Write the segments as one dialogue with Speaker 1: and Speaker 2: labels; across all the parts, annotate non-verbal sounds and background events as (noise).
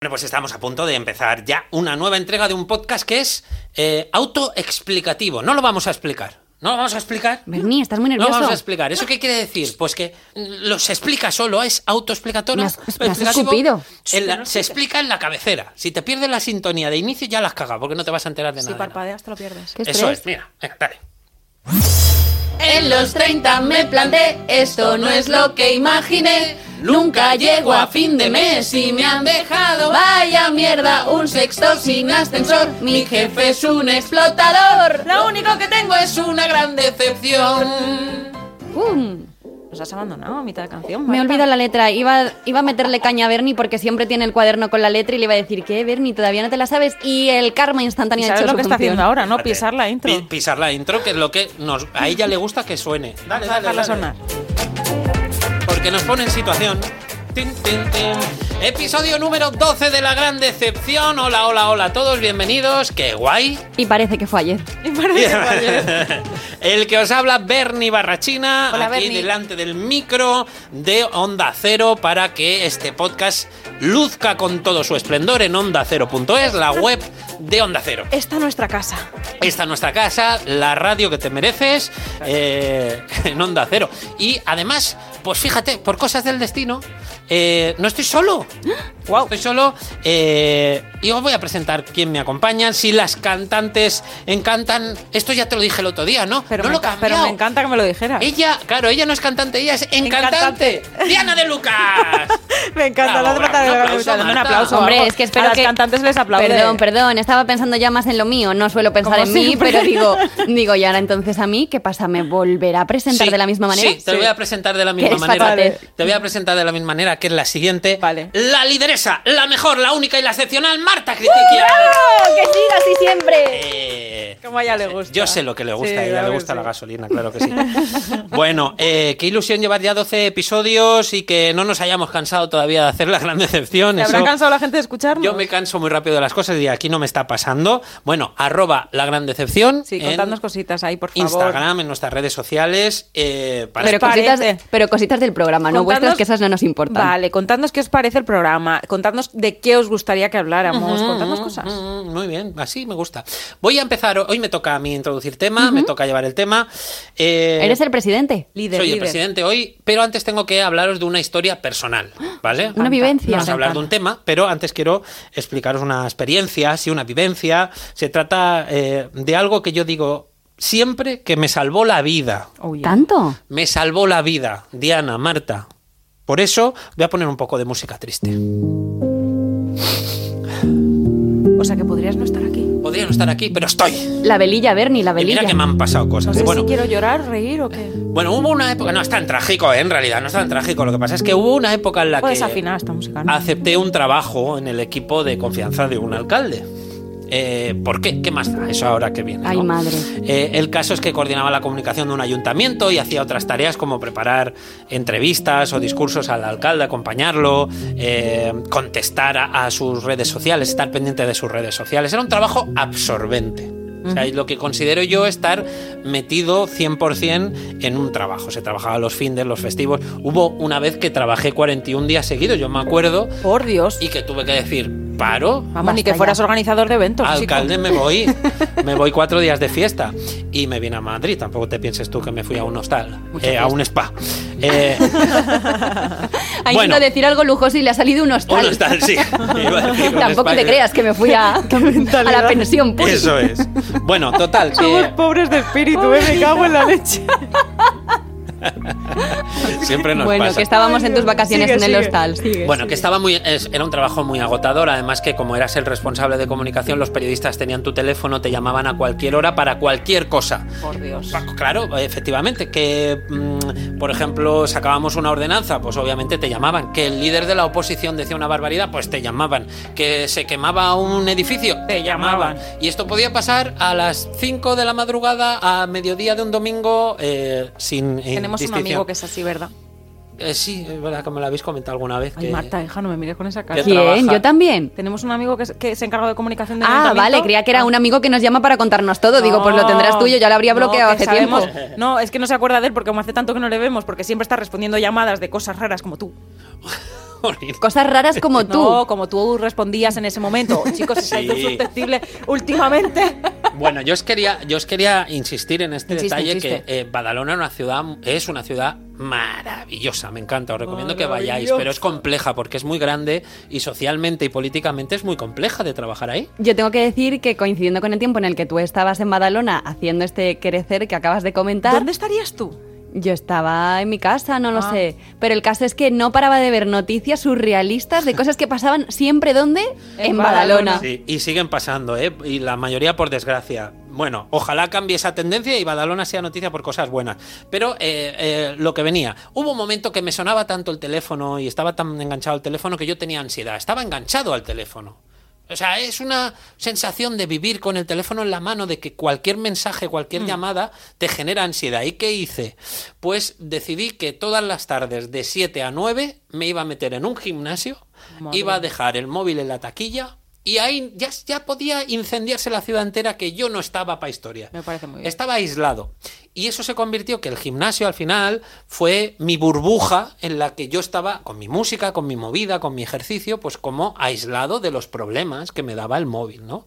Speaker 1: Bueno, pues estamos a punto de empezar ya una nueva entrega de un podcast que es eh, autoexplicativo. No lo vamos a explicar. No lo vamos a explicar.
Speaker 2: Berni, estás muy
Speaker 1: No
Speaker 2: nervioso.
Speaker 1: lo vamos a explicar. ¿Eso qué quiere decir? Pues que lo se explica solo, es autoexplicatorio.
Speaker 2: Me has- me has
Speaker 1: explicativo.
Speaker 2: escupido.
Speaker 1: En la- se explica en la cabecera. Si te pierdes la sintonía de inicio, ya las cagas, porque no te vas a enterar de
Speaker 3: Si
Speaker 1: nada. de nada.
Speaker 3: parpadeas te lo pierdes.
Speaker 2: Qué
Speaker 1: Eso
Speaker 2: estrés.
Speaker 1: es, mira, venga, dale.
Speaker 4: En los 30 me planté, esto no es lo que imaginé. Nunca llego a fin de mes y me han dejado. Vaya mierda, un sexto sin ascensor. Mi jefe es un explotador. Lo único que tengo es una gran decepción.
Speaker 2: Um,
Speaker 3: Nos has abandonado a mitad de canción.
Speaker 2: me he
Speaker 3: Marta.
Speaker 2: olvidado la letra. Iba, iba a meterle caña a Berni porque siempre tiene el cuaderno con la letra y le iba a decir que Berni todavía no te la sabes. Y el karma
Speaker 3: ¿Y
Speaker 2: instantáneo ha
Speaker 3: ¿Sabes
Speaker 2: hecho
Speaker 3: lo
Speaker 2: su
Speaker 3: que está
Speaker 2: función.
Speaker 3: haciendo ahora, no?
Speaker 1: Fíjate.
Speaker 3: Pisar la intro.
Speaker 1: Pi- pisar la intro, que es lo que nos, a ella le gusta que suene. Dale, dale,
Speaker 3: Dejarla
Speaker 1: dale.
Speaker 3: sonar.
Speaker 1: Porque nos pone en situación. Tin, tin, tin. Episodio número 12 de La Gran Decepción. Hola, hola, hola a todos, bienvenidos. ¡Qué
Speaker 3: (laughs)
Speaker 1: guay!
Speaker 2: Y parece que fue ayer.
Speaker 3: Y
Speaker 1: (laughs)
Speaker 3: parece que vale.
Speaker 1: El que os habla, Bernie Barrachina,
Speaker 3: ¿eh? Hola,
Speaker 1: aquí
Speaker 3: Berni.
Speaker 1: delante del micro de Onda Cero para que este podcast luzca con todo su esplendor en OndaCero.es, la web de Onda Cero.
Speaker 3: Esta es nuestra casa.
Speaker 1: Esta es nuestra casa, la radio que te mereces, eh, (laughs) en Onda Cero. Y además, pues fíjate, por cosas del destino, eh, no estoy solo.
Speaker 3: Guau.
Speaker 1: Estoy solo eh, y os voy a presentar quién me acompaña. Si las cantantes encantan, esto ya te lo dije el otro día, ¿no?
Speaker 3: Pero,
Speaker 1: no
Speaker 3: me,
Speaker 1: lo he
Speaker 3: enca-
Speaker 1: cambiado.
Speaker 3: pero me encanta que me lo dijeras.
Speaker 1: Ella, claro, ella no es cantante, ella es encantante. Diana de Lucas.
Speaker 3: (laughs) (laughs) Me encanta,
Speaker 1: Bravo,
Speaker 3: la otra
Speaker 1: bravo,
Speaker 3: parte de la
Speaker 1: un aplauso,
Speaker 3: canción. Dame un
Speaker 1: Marta.
Speaker 3: aplauso.
Speaker 2: Hombre,
Speaker 3: vamos.
Speaker 2: es que espero
Speaker 3: a
Speaker 2: que-
Speaker 3: las cantantes les aplaude.
Speaker 2: Perdón, perdón. Estaba pensando ya más en lo mío. No suelo pensar
Speaker 3: Como
Speaker 2: en mí,
Speaker 3: siempre.
Speaker 2: pero digo, digo, y ahora entonces a mí, ¿qué pasa? ¿Me volverá a presentar
Speaker 1: Sí,
Speaker 2: de la misma manera?
Speaker 1: Sí, te lo voy a presentar de la misma
Speaker 2: Qué
Speaker 1: manera.
Speaker 2: desfachatez.
Speaker 1: Te voy a presentar de la misma manera, que es la siguiente.
Speaker 3: Vale.
Speaker 1: La lideresa, la mejor, la única y la excepcional, Marta Critiquian.
Speaker 2: ¡Oh, que siga así siempre!
Speaker 1: Eh,
Speaker 3: Como a ella
Speaker 1: yo
Speaker 3: le
Speaker 1: sé-
Speaker 3: gusta.
Speaker 1: Yo sé lo que le gusta,
Speaker 3: Sí,
Speaker 1: a ella le
Speaker 3: claro que
Speaker 1: gusta la
Speaker 3: sí.
Speaker 1: gasolina, claro
Speaker 3: (laughs)
Speaker 1: que sí. bueno, eh, qué ilusión llevar ya 12 episodios y que no nos hayamos cansado todavía de hacer la gran decepción.
Speaker 3: ¿Te habrá
Speaker 1: eso-
Speaker 3: cansado la gente de escucharnos?
Speaker 1: yo me canso muy rápido de las cosas y aquí no me está pasando. Bueno, arroba la gran decepción.
Speaker 3: Sí,
Speaker 1: en
Speaker 3: contadnos cositas ahí, por favor.
Speaker 1: Instagram, en nuestras redes sociales. eh, para
Speaker 2: Pero
Speaker 3: Nos
Speaker 2: cositas,
Speaker 3: parece.
Speaker 2: pero cositas del programa, no
Speaker 3: Contadnos-
Speaker 2: vuestras, que esas no nos importan.
Speaker 3: Vale, contadnos qué os parece el programa. Contadnos de qué os gustaría que habláramos. Contadnos cosas.
Speaker 1: Mm, Muy bien, así me gusta. Voy a empezar. Hoy me toca a mí introducir tema, me toca llevar el tema. Eh,
Speaker 2: ¿Eres el presidente?
Speaker 3: Líder,
Speaker 1: soy el
Speaker 3: líder.
Speaker 1: presidente hoy, pero antes tengo que hablaros de una historia personal, ¿vale?
Speaker 2: Una vivencia.
Speaker 1: Vamos a hablar de un tema, pero antes quiero explicaros una experiencia, sí, una vivencia. Se trata eh, de algo que yo digo siempre que me salvó la vida.
Speaker 3: Oh, yeah.
Speaker 2: ¿Tanto?
Speaker 1: Me salvó la vida, Diana, Marta. Por eso voy a poner un poco de música triste.
Speaker 3: O sea que podrías no estar aquí.
Speaker 1: Podría no estar aquí, pero estoy.
Speaker 2: La velilla, Bernie, la
Speaker 1: Y
Speaker 2: velilla.
Speaker 1: mira que me han pasado
Speaker 3: No
Speaker 1: cosas.
Speaker 3: sé
Speaker 1: bueno,
Speaker 3: Pues si quiero llorar, reír o qué.
Speaker 1: bueno, hubo una época, no es tan trágico, ¿eh? en realidad, no es tan trágico. Lo que pasa es que hubo una época en la
Speaker 3: Puedes
Speaker 1: que
Speaker 3: afinar esta música. ¿no?
Speaker 1: acepté un trabajo en el equipo de confianza de un alcalde. Eh, ¿Por qué? ¿Qué más da? Eso ahora que viene.
Speaker 2: Ay,
Speaker 1: ¿no?
Speaker 2: madre.
Speaker 1: Eh, el caso es que coordinaba la comunicación de un ayuntamiento y hacía otras tareas como preparar entrevistas o discursos al alcalde, acompañarlo, eh, contestar a, a sus redes sociales, estar pendiente de sus redes sociales. Era un trabajo absorbente. O sea, y lo que considero yo estar metido 100% en un trabajo. Se trabajaba los fines, los festivos. Hubo una vez que trabajé 41 días seguidos, yo me acuerdo,
Speaker 3: Por Dios.
Speaker 1: y que tuve que decir, paro,
Speaker 3: Vamos, ni
Speaker 2: Basta
Speaker 3: que fueras
Speaker 2: ya.
Speaker 3: organizador de eventos. chico.
Speaker 1: Alcalde, me voy. Me voy cuatro días de fiesta. Y me vine a Madrid. Tampoco te pienses tú que me fui a un hostal. eh, a un spa. Eh,
Speaker 2: Ha
Speaker 1: Bueno.
Speaker 2: intentado decir algo lujoso y le ha salido un
Speaker 1: un
Speaker 2: hostal.
Speaker 1: hostal, sí. Iba a decir un
Speaker 2: (laughs) Tampoco
Speaker 1: spa,
Speaker 2: te
Speaker 1: yo-
Speaker 2: creas que me fui a, (laughs) a la
Speaker 3: mentalidad.
Speaker 2: pensión. pues.
Speaker 1: Eso es. Bueno,
Speaker 2: (laughs)
Speaker 1: total.
Speaker 3: Somos
Speaker 1: que
Speaker 3: pobres de espíritu, ¿eh? me cago en la leche.
Speaker 1: siempre nos
Speaker 2: bueno,
Speaker 1: pasa.
Speaker 2: que estábamos en tus vacaciones
Speaker 3: Sigue,
Speaker 2: en el
Speaker 3: sigue.
Speaker 2: hostal. Sigue.
Speaker 1: Bueno, que estaba muy, es- era un trabajo muy agotador, además que como eras el responsable de comunicación, los periodistas tenían tu teléfono, te llamaban a cualquier hora para cualquier cosa.
Speaker 3: Por Dios.
Speaker 1: Paco, Claro, efectivamente, que mm, por ejemplo sacábamos una ordenanza, pues obviamente te llamaban. Que el líder de la oposición decía una barbaridad, pues te llamaban. Que se quemaba un edificio, te llamaban. Y esto podía pasar a las 5 de la madrugada, a mediodía de un domingo, eh, sin eh,
Speaker 3: Tenemos un
Speaker 1: distinción.
Speaker 3: amigo que es así, ¿verdad?
Speaker 1: Eh, sí, es verdad que me lo habéis comentado alguna vez.
Speaker 3: Ay,
Speaker 1: que- (laughs)
Speaker 3: Marta, hija, no me mires con esa cara.
Speaker 1: que
Speaker 2: ¿Quién?
Speaker 1: trabaja.
Speaker 2: Yo también.
Speaker 3: Tenemos un amigo que, es- que se encarga de comunicación de
Speaker 2: Ah, vale, creía que era un amigo que nos llama para contarnos todo. Digo, pues lo tendrás tuyo, ya lo habría bloqueado hace tiempo.
Speaker 3: No, es que no se acuerda de él porque como hace tanto que no le vemos, porque siempre está respondiendo llamadas de cosas raras como tú.
Speaker 1: morir.
Speaker 2: Cosas raras como tú.
Speaker 3: No, como tú respondías en ese momento. Chicos, es algo
Speaker 1: Sí.
Speaker 3: susceptible últimamente.
Speaker 1: Bueno, yo os quería, yo os quería insistir en este
Speaker 3: Insiste,
Speaker 1: detalle
Speaker 3: insiste.
Speaker 1: que eh, Badalona es una ciudad, es una ciudad maravillosa. Me encanta, os recomiendo que vayáis, pero es compleja porque es muy grande y socialmente y políticamente es muy compleja de trabajar ahí.
Speaker 2: Yo tengo que decir que coincidiendo con el tiempo en el que tú estabas en Badalona haciendo este crecer que acabas de comentar,
Speaker 3: ¿Dónde estarías tú?
Speaker 2: yo estaba en mi casa, no lo
Speaker 3: Ah.
Speaker 2: sé. Pero el caso es que no paraba de ver noticias surrealistas de cosas que pasaban siempre donde en,
Speaker 3: En
Speaker 2: Badalona.
Speaker 3: Badalona.
Speaker 1: Sí, y siguen pasando, ¿eh? Y la mayoría por desgracia. Bueno, ojalá cambie esa tendencia y Badalona sea noticia por cosas buenas. Pero eh, eh, lo que venía, hubo un momento que me sonaba tanto el teléfono y estaba tan enganchado al teléfono que yo tenía ansiedad. Estaba enganchado al teléfono. O sea, es una sensación de vivir con el teléfono en la mano, de que cualquier mensaje, cualquier llamada te genera ansiedad. ¿Y qué hice? Pues decidí que todas las tardes de 7 a 9 me iba a meter en un gimnasio,
Speaker 3: Madre
Speaker 1: iba a dejar el móvil en la taquilla y ahí ya, ya podía incendiarse la ciudad entera que yo no estaba para historia.
Speaker 3: Me parece muy bien.
Speaker 1: Estaba aislado. Y eso se convirtió que el gimnasio al final fue mi burbuja en la que yo estaba con mi música, con mi movida, con mi ejercicio, pues como aislado de los problemas que me daba el móvil, ¿no?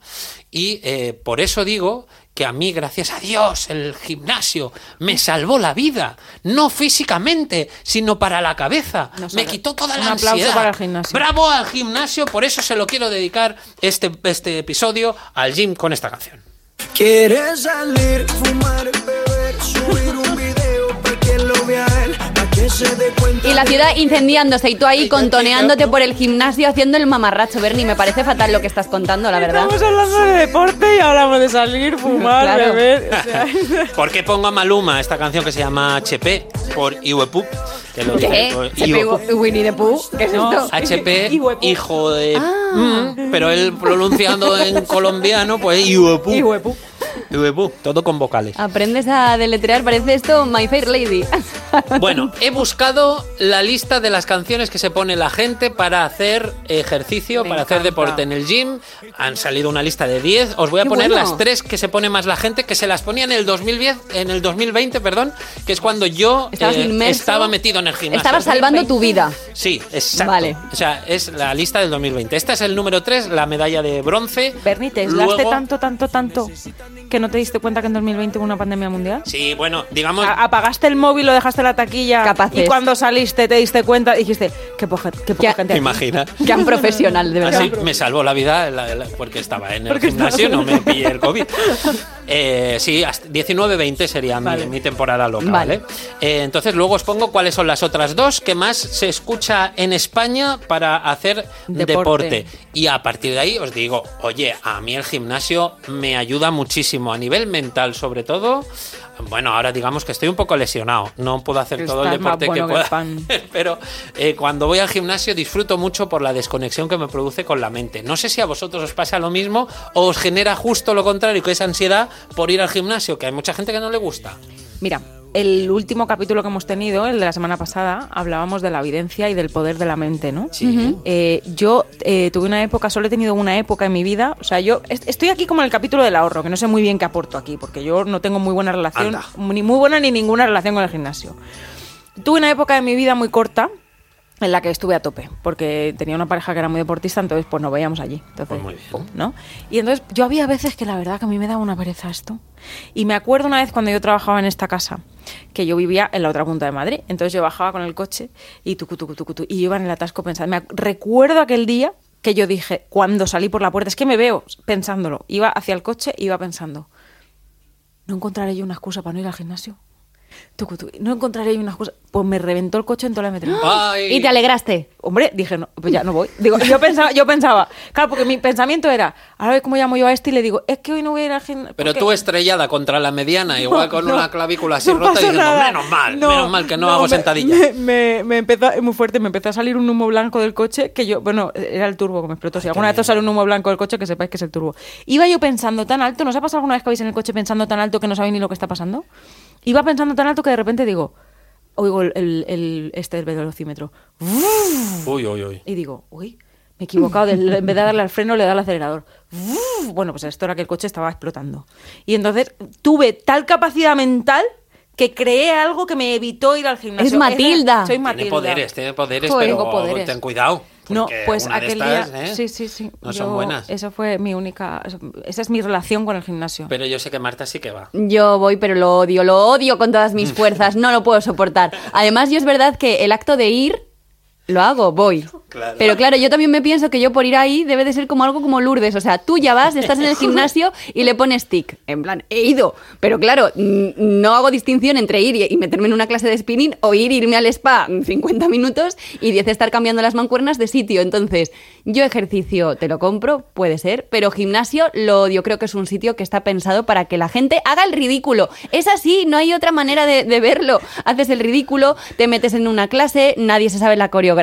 Speaker 1: Y eh, por eso digo que a mí, gracias a Dios, el gimnasio me salvó la vida. No físicamente, sino para la cabeza.
Speaker 3: Nos
Speaker 1: me
Speaker 3: abra-
Speaker 1: quitó toda la
Speaker 3: un aplauso
Speaker 1: ansiedad.
Speaker 3: para el gimnasio.
Speaker 1: Bravo al gimnasio, por eso se lo quiero dedicar este, este episodio al gym con esta
Speaker 3: (laughs)
Speaker 1: canción.
Speaker 5: Quieres salir, fumar, beber, subir un video para que lo vea él, para que se dé cuenta.
Speaker 2: Y la ciudad incendiándose y tú ahí contoneándote por el gimnasio haciendo el mamarracho, Bernie. Me parece fatal lo que estás contando, la verdad.
Speaker 3: Estamos hablando de deporte y hablamos de salir, fumar,
Speaker 2: Claro.
Speaker 3: beber. o sea,
Speaker 1: ¿Por qué pongo a Maluma esta canción que se llama HP por Iwepup? Que lo dice
Speaker 2: ¿Qué?
Speaker 1: todo-
Speaker 2: ¿Se
Speaker 1: Iwepup.
Speaker 2: pegó Winnie the Pooh? ¿Qué es
Speaker 3: No.
Speaker 2: esto?
Speaker 1: HP,
Speaker 3: Iwepup.
Speaker 1: hijo de...
Speaker 3: Ah.
Speaker 1: Mm, pero él pronunciando en colombiano, pues Iwepup.
Speaker 3: y huepu.
Speaker 1: Iwepup, todo con vocales.
Speaker 2: Aprendes a deletrear, parece esto My Fair Lady. (laughs)
Speaker 1: Bueno, (laughs) he buscado la lista de las canciones que se pone la gente para hacer ejercicio,
Speaker 3: Me
Speaker 1: para hacer
Speaker 3: encanta.
Speaker 1: deporte en el gym. Han salido una lista de 10. Os voy a
Speaker 2: Qué
Speaker 1: poner
Speaker 2: bueno.
Speaker 1: las tres que se pone más la gente, que se las ponía en el 2010, en el 2020, perdón, que es cuando yo
Speaker 2: Estabas inmerso.
Speaker 1: Eh, estaba metido en el gimnasio.
Speaker 2: Estabas salvando tu vida.
Speaker 1: Sí, exacto.
Speaker 2: Vale.
Speaker 1: O sea, es la lista del 2020. Esta es el número 3, la medalla de bronce.
Speaker 3: Bernie, te aislaste
Speaker 1: Luego-
Speaker 3: tanto, tanto, tanto que no te diste cuenta que en 2020 hubo una pandemia mundial.
Speaker 1: Sí, bueno, digamos...
Speaker 2: Ah,
Speaker 3: A- Apagaste el móvil, lo dejaste en la taquilla.
Speaker 2: Capaces.
Speaker 3: Y cuando saliste te diste cuenta, dijiste, qué poca, qué poca
Speaker 2: ah, Ya.
Speaker 3: gente.
Speaker 1: ¿Te (laughs)
Speaker 3: hay".
Speaker 1: imaginas?
Speaker 2: Gran profesional, de verdad.
Speaker 1: Así me salvó la vida la- la- porque estaba en el
Speaker 3: Porque estaba-
Speaker 1: gimnasio, no me pillé el COVID. (laughs) Eh, sí, hasta 19-20 sería mi- mi, temporada loca,
Speaker 2: Vale.
Speaker 1: ¿vale? Eh, entonces luego os pongo cuáles son las otras dos que más se escucha en España para hacer
Speaker 3: Deporte.
Speaker 1: deporte. Y a partir de ahí os digo, oye, a mí el gimnasio me ayuda muchísimo a nivel mental sobre todo. Bueno, ahora digamos que estoy un poco lesionado, no puedo hacer
Speaker 3: Que
Speaker 1: todo el
Speaker 3: estás más
Speaker 1: deporte
Speaker 3: bueno que
Speaker 1: que pueda.
Speaker 3: el pan.
Speaker 1: (laughs) Pero eh, cuando voy al gimnasio disfruto mucho por la desconexión que me produce con la mente. No sé si a vosotros os pasa lo mismo o os genera justo lo contrario, que es ansiedad por ir al gimnasio, que hay mucha gente que no le gusta.
Speaker 3: Mira, el último capítulo que hemos tenido, el de la semana pasada, hablábamos de la evidencia y del poder de la mente, ¿no?
Speaker 1: Sí. Ujú.
Speaker 3: Eh, yo eh, tuve una época, solo he tenido una época en mi vida, o sea, yo est- estoy aquí como en el capítulo del ahorro, que no sé muy bien qué aporto aquí, porque yo no tengo muy buena relación,
Speaker 1: Anda.
Speaker 3: ni muy buena ni ninguna relación con el gimnasio. Tuve una época de mi vida muy corta en la que estuve a tope, porque tenía una pareja que era muy deportista, entonces pues nos veíamos allí. Entonces,
Speaker 1: Pues muy bien.
Speaker 3: pum, ¿no? Y entonces yo había veces que la verdad que a mí me daba una pereza esto. Y me acuerdo una vez cuando yo trabajaba en esta casa, que yo vivía en la otra punta de Madrid, entonces yo bajaba con el coche y tucu, tucu, tucu, tucu, y yo iba en el atasco pensando. Me ac- recuerdo aquel día que yo dije, cuando salí por la puerta, es que me veo pensándolo, iba hacia el coche iba pensando, no encontraré yo una excusa para no ir al gimnasio. Tucu, tucu, no encontraré yo una excusa. Pues me reventó el coche en toda la metro.
Speaker 1: Ay.
Speaker 2: Y te alegraste.
Speaker 3: Hombre, dije, no, pues ya no voy. Digo, yo pensaba, yo pensaba, claro, porque mi pensamiento era, ahora ver cómo llamo yo a este y le digo, es que hoy no voy a ir al gimnasio.
Speaker 1: Pero tú estrellada contra la mediana, igual
Speaker 3: (laughs)
Speaker 1: con una clavícula así rota,
Speaker 3: pasa
Speaker 1: diciendo,
Speaker 3: nada.
Speaker 1: menos mal,
Speaker 3: No,
Speaker 1: menos mal que no, hago
Speaker 3: me-
Speaker 1: sentadilla.
Speaker 3: Me, (laughs) me- me empezó, muy fuerte, me empezó a salir un humo blanco del coche que yo, bueno, era el turbo que me explotó. Si alguna vez os sale un humo blanco del coche, que sepáis que es el turbo. Iba yo pensando tan alto, ¿nos ha pasado alguna vez que vais en el coche pensando tan alto que no sabéis ni lo que está pasando? Iba pensando tan alto que de repente digo, oigo el, el- el- este, el velocímetro.
Speaker 1: Uy, uy, uy.
Speaker 3: Y digo, uy, me he equivocado. del- en vez de darle al freno, le da al acelerador. Uf, Bueno, pues esto era que el coche estaba explotando. Y entonces tuve tal capacidad mental que creé algo que me evitó ir al gimnasio.
Speaker 2: Es Matilda.
Speaker 3: Soy
Speaker 1: Tiene
Speaker 3: Matilda.
Speaker 1: poderes, tiene poderes,
Speaker 3: Joder,
Speaker 1: pero
Speaker 3: tengo poderes.
Speaker 1: ten cuidado.
Speaker 3: No,
Speaker 1: porque
Speaker 3: pues
Speaker 1: una de
Speaker 3: aquel
Speaker 1: estas,
Speaker 3: día.
Speaker 1: ¿eh?
Speaker 3: Sí, sí, sí.
Speaker 1: No
Speaker 3: Yo-
Speaker 1: son buenas.
Speaker 3: Esa fue mi única. Esa es mi relación con el gimnasio.
Speaker 1: Pero yo sé que Marta sí que va.
Speaker 2: Yo voy, pero lo odio, lo odio con todas
Speaker 1: Mm.
Speaker 2: mis fuerzas, no lo puedo soportar. Además, yo es verdad que el acto de ir lo hago, voy.
Speaker 1: Claro.
Speaker 2: Pero claro, yo también me pienso que yo por ir ahí debe de ser como algo como Lourdes, o sea, tú ya vas, estás
Speaker 1: (laughs)
Speaker 2: en el gimnasio y le pones tic, en plan, he ido, pero claro, n- no hago distinción entre ir y- y meterme en una clase de spinning o ir, irme al spa 50 minutos y 10 estar cambiando las mancuernas de sitio, entonces, yo ejercicio te lo compro, puede ser, pero gimnasio lo odio, creo que es un sitio que está pensado para que la gente haga el ridículo, es así, no hay otra manera de, de verlo, haces el ridículo, te metes en una clase, nadie se sabe la coreografía,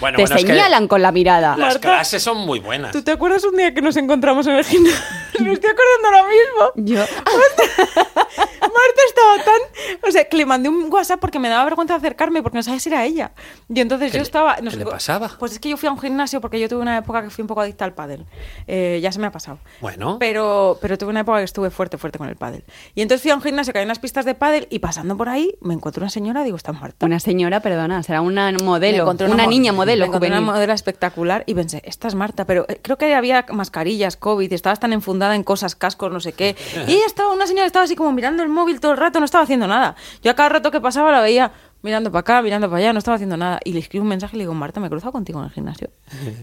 Speaker 1: Bueno,
Speaker 2: te
Speaker 1: bueno, es que-
Speaker 2: señalan con la mirada.
Speaker 1: Las
Speaker 3: Marta.
Speaker 1: clases son muy buenas.
Speaker 3: ¿Tú te acuerdas un día que nos encontramos en el gimnasio? (laughs) Me estoy acordando ahora mismo.
Speaker 2: Yo.
Speaker 3: Marta estaba tan. O sea, que le mandé un WhatsApp porque me daba vergüenza acercarme porque no sabía si era ella. Y entonces
Speaker 1: ¿Qué
Speaker 3: yo
Speaker 1: le-
Speaker 3: estaba.
Speaker 1: qué
Speaker 3: nos-
Speaker 1: le pasaba?
Speaker 3: Pues es que yo fui a un gimnasio porque yo tuve una época que fui un poco adicta al pádel. Eh, ya se me ha pasado.
Speaker 1: Bueno.
Speaker 3: Pero, pero tuve una época que estuve fuerte, fuerte con el pádel. Y entonces fui a un gimnasio que hay unas pistas de pádel y pasando por ahí me encuentro una señora, digo, está Marta.
Speaker 2: Una señora, perdona, será una
Speaker 3: Me
Speaker 2: modelo,
Speaker 3: encontré
Speaker 2: una,
Speaker 3: mo-
Speaker 2: niña modelo
Speaker 3: me encontré
Speaker 2: juvenil.
Speaker 3: una modelo espectacular y pensé, esta es Marta, pero eh, creo que había mascarillas, COVID, estabas tan enfundada en cosas, cascos, no sé qué.
Speaker 2: (laughs)
Speaker 3: Y ella estaba, una señora estaba así como mirando el móvil todo el rato, no estaba haciendo nada. Yo a cada rato que pasaba la veía mirando para acá, mirando para allá, no estaba haciendo nada. Y le escribí un mensaje y le digo, Marta, me he cruzado contigo en el
Speaker 2: (laughs)
Speaker 3: gimnasio.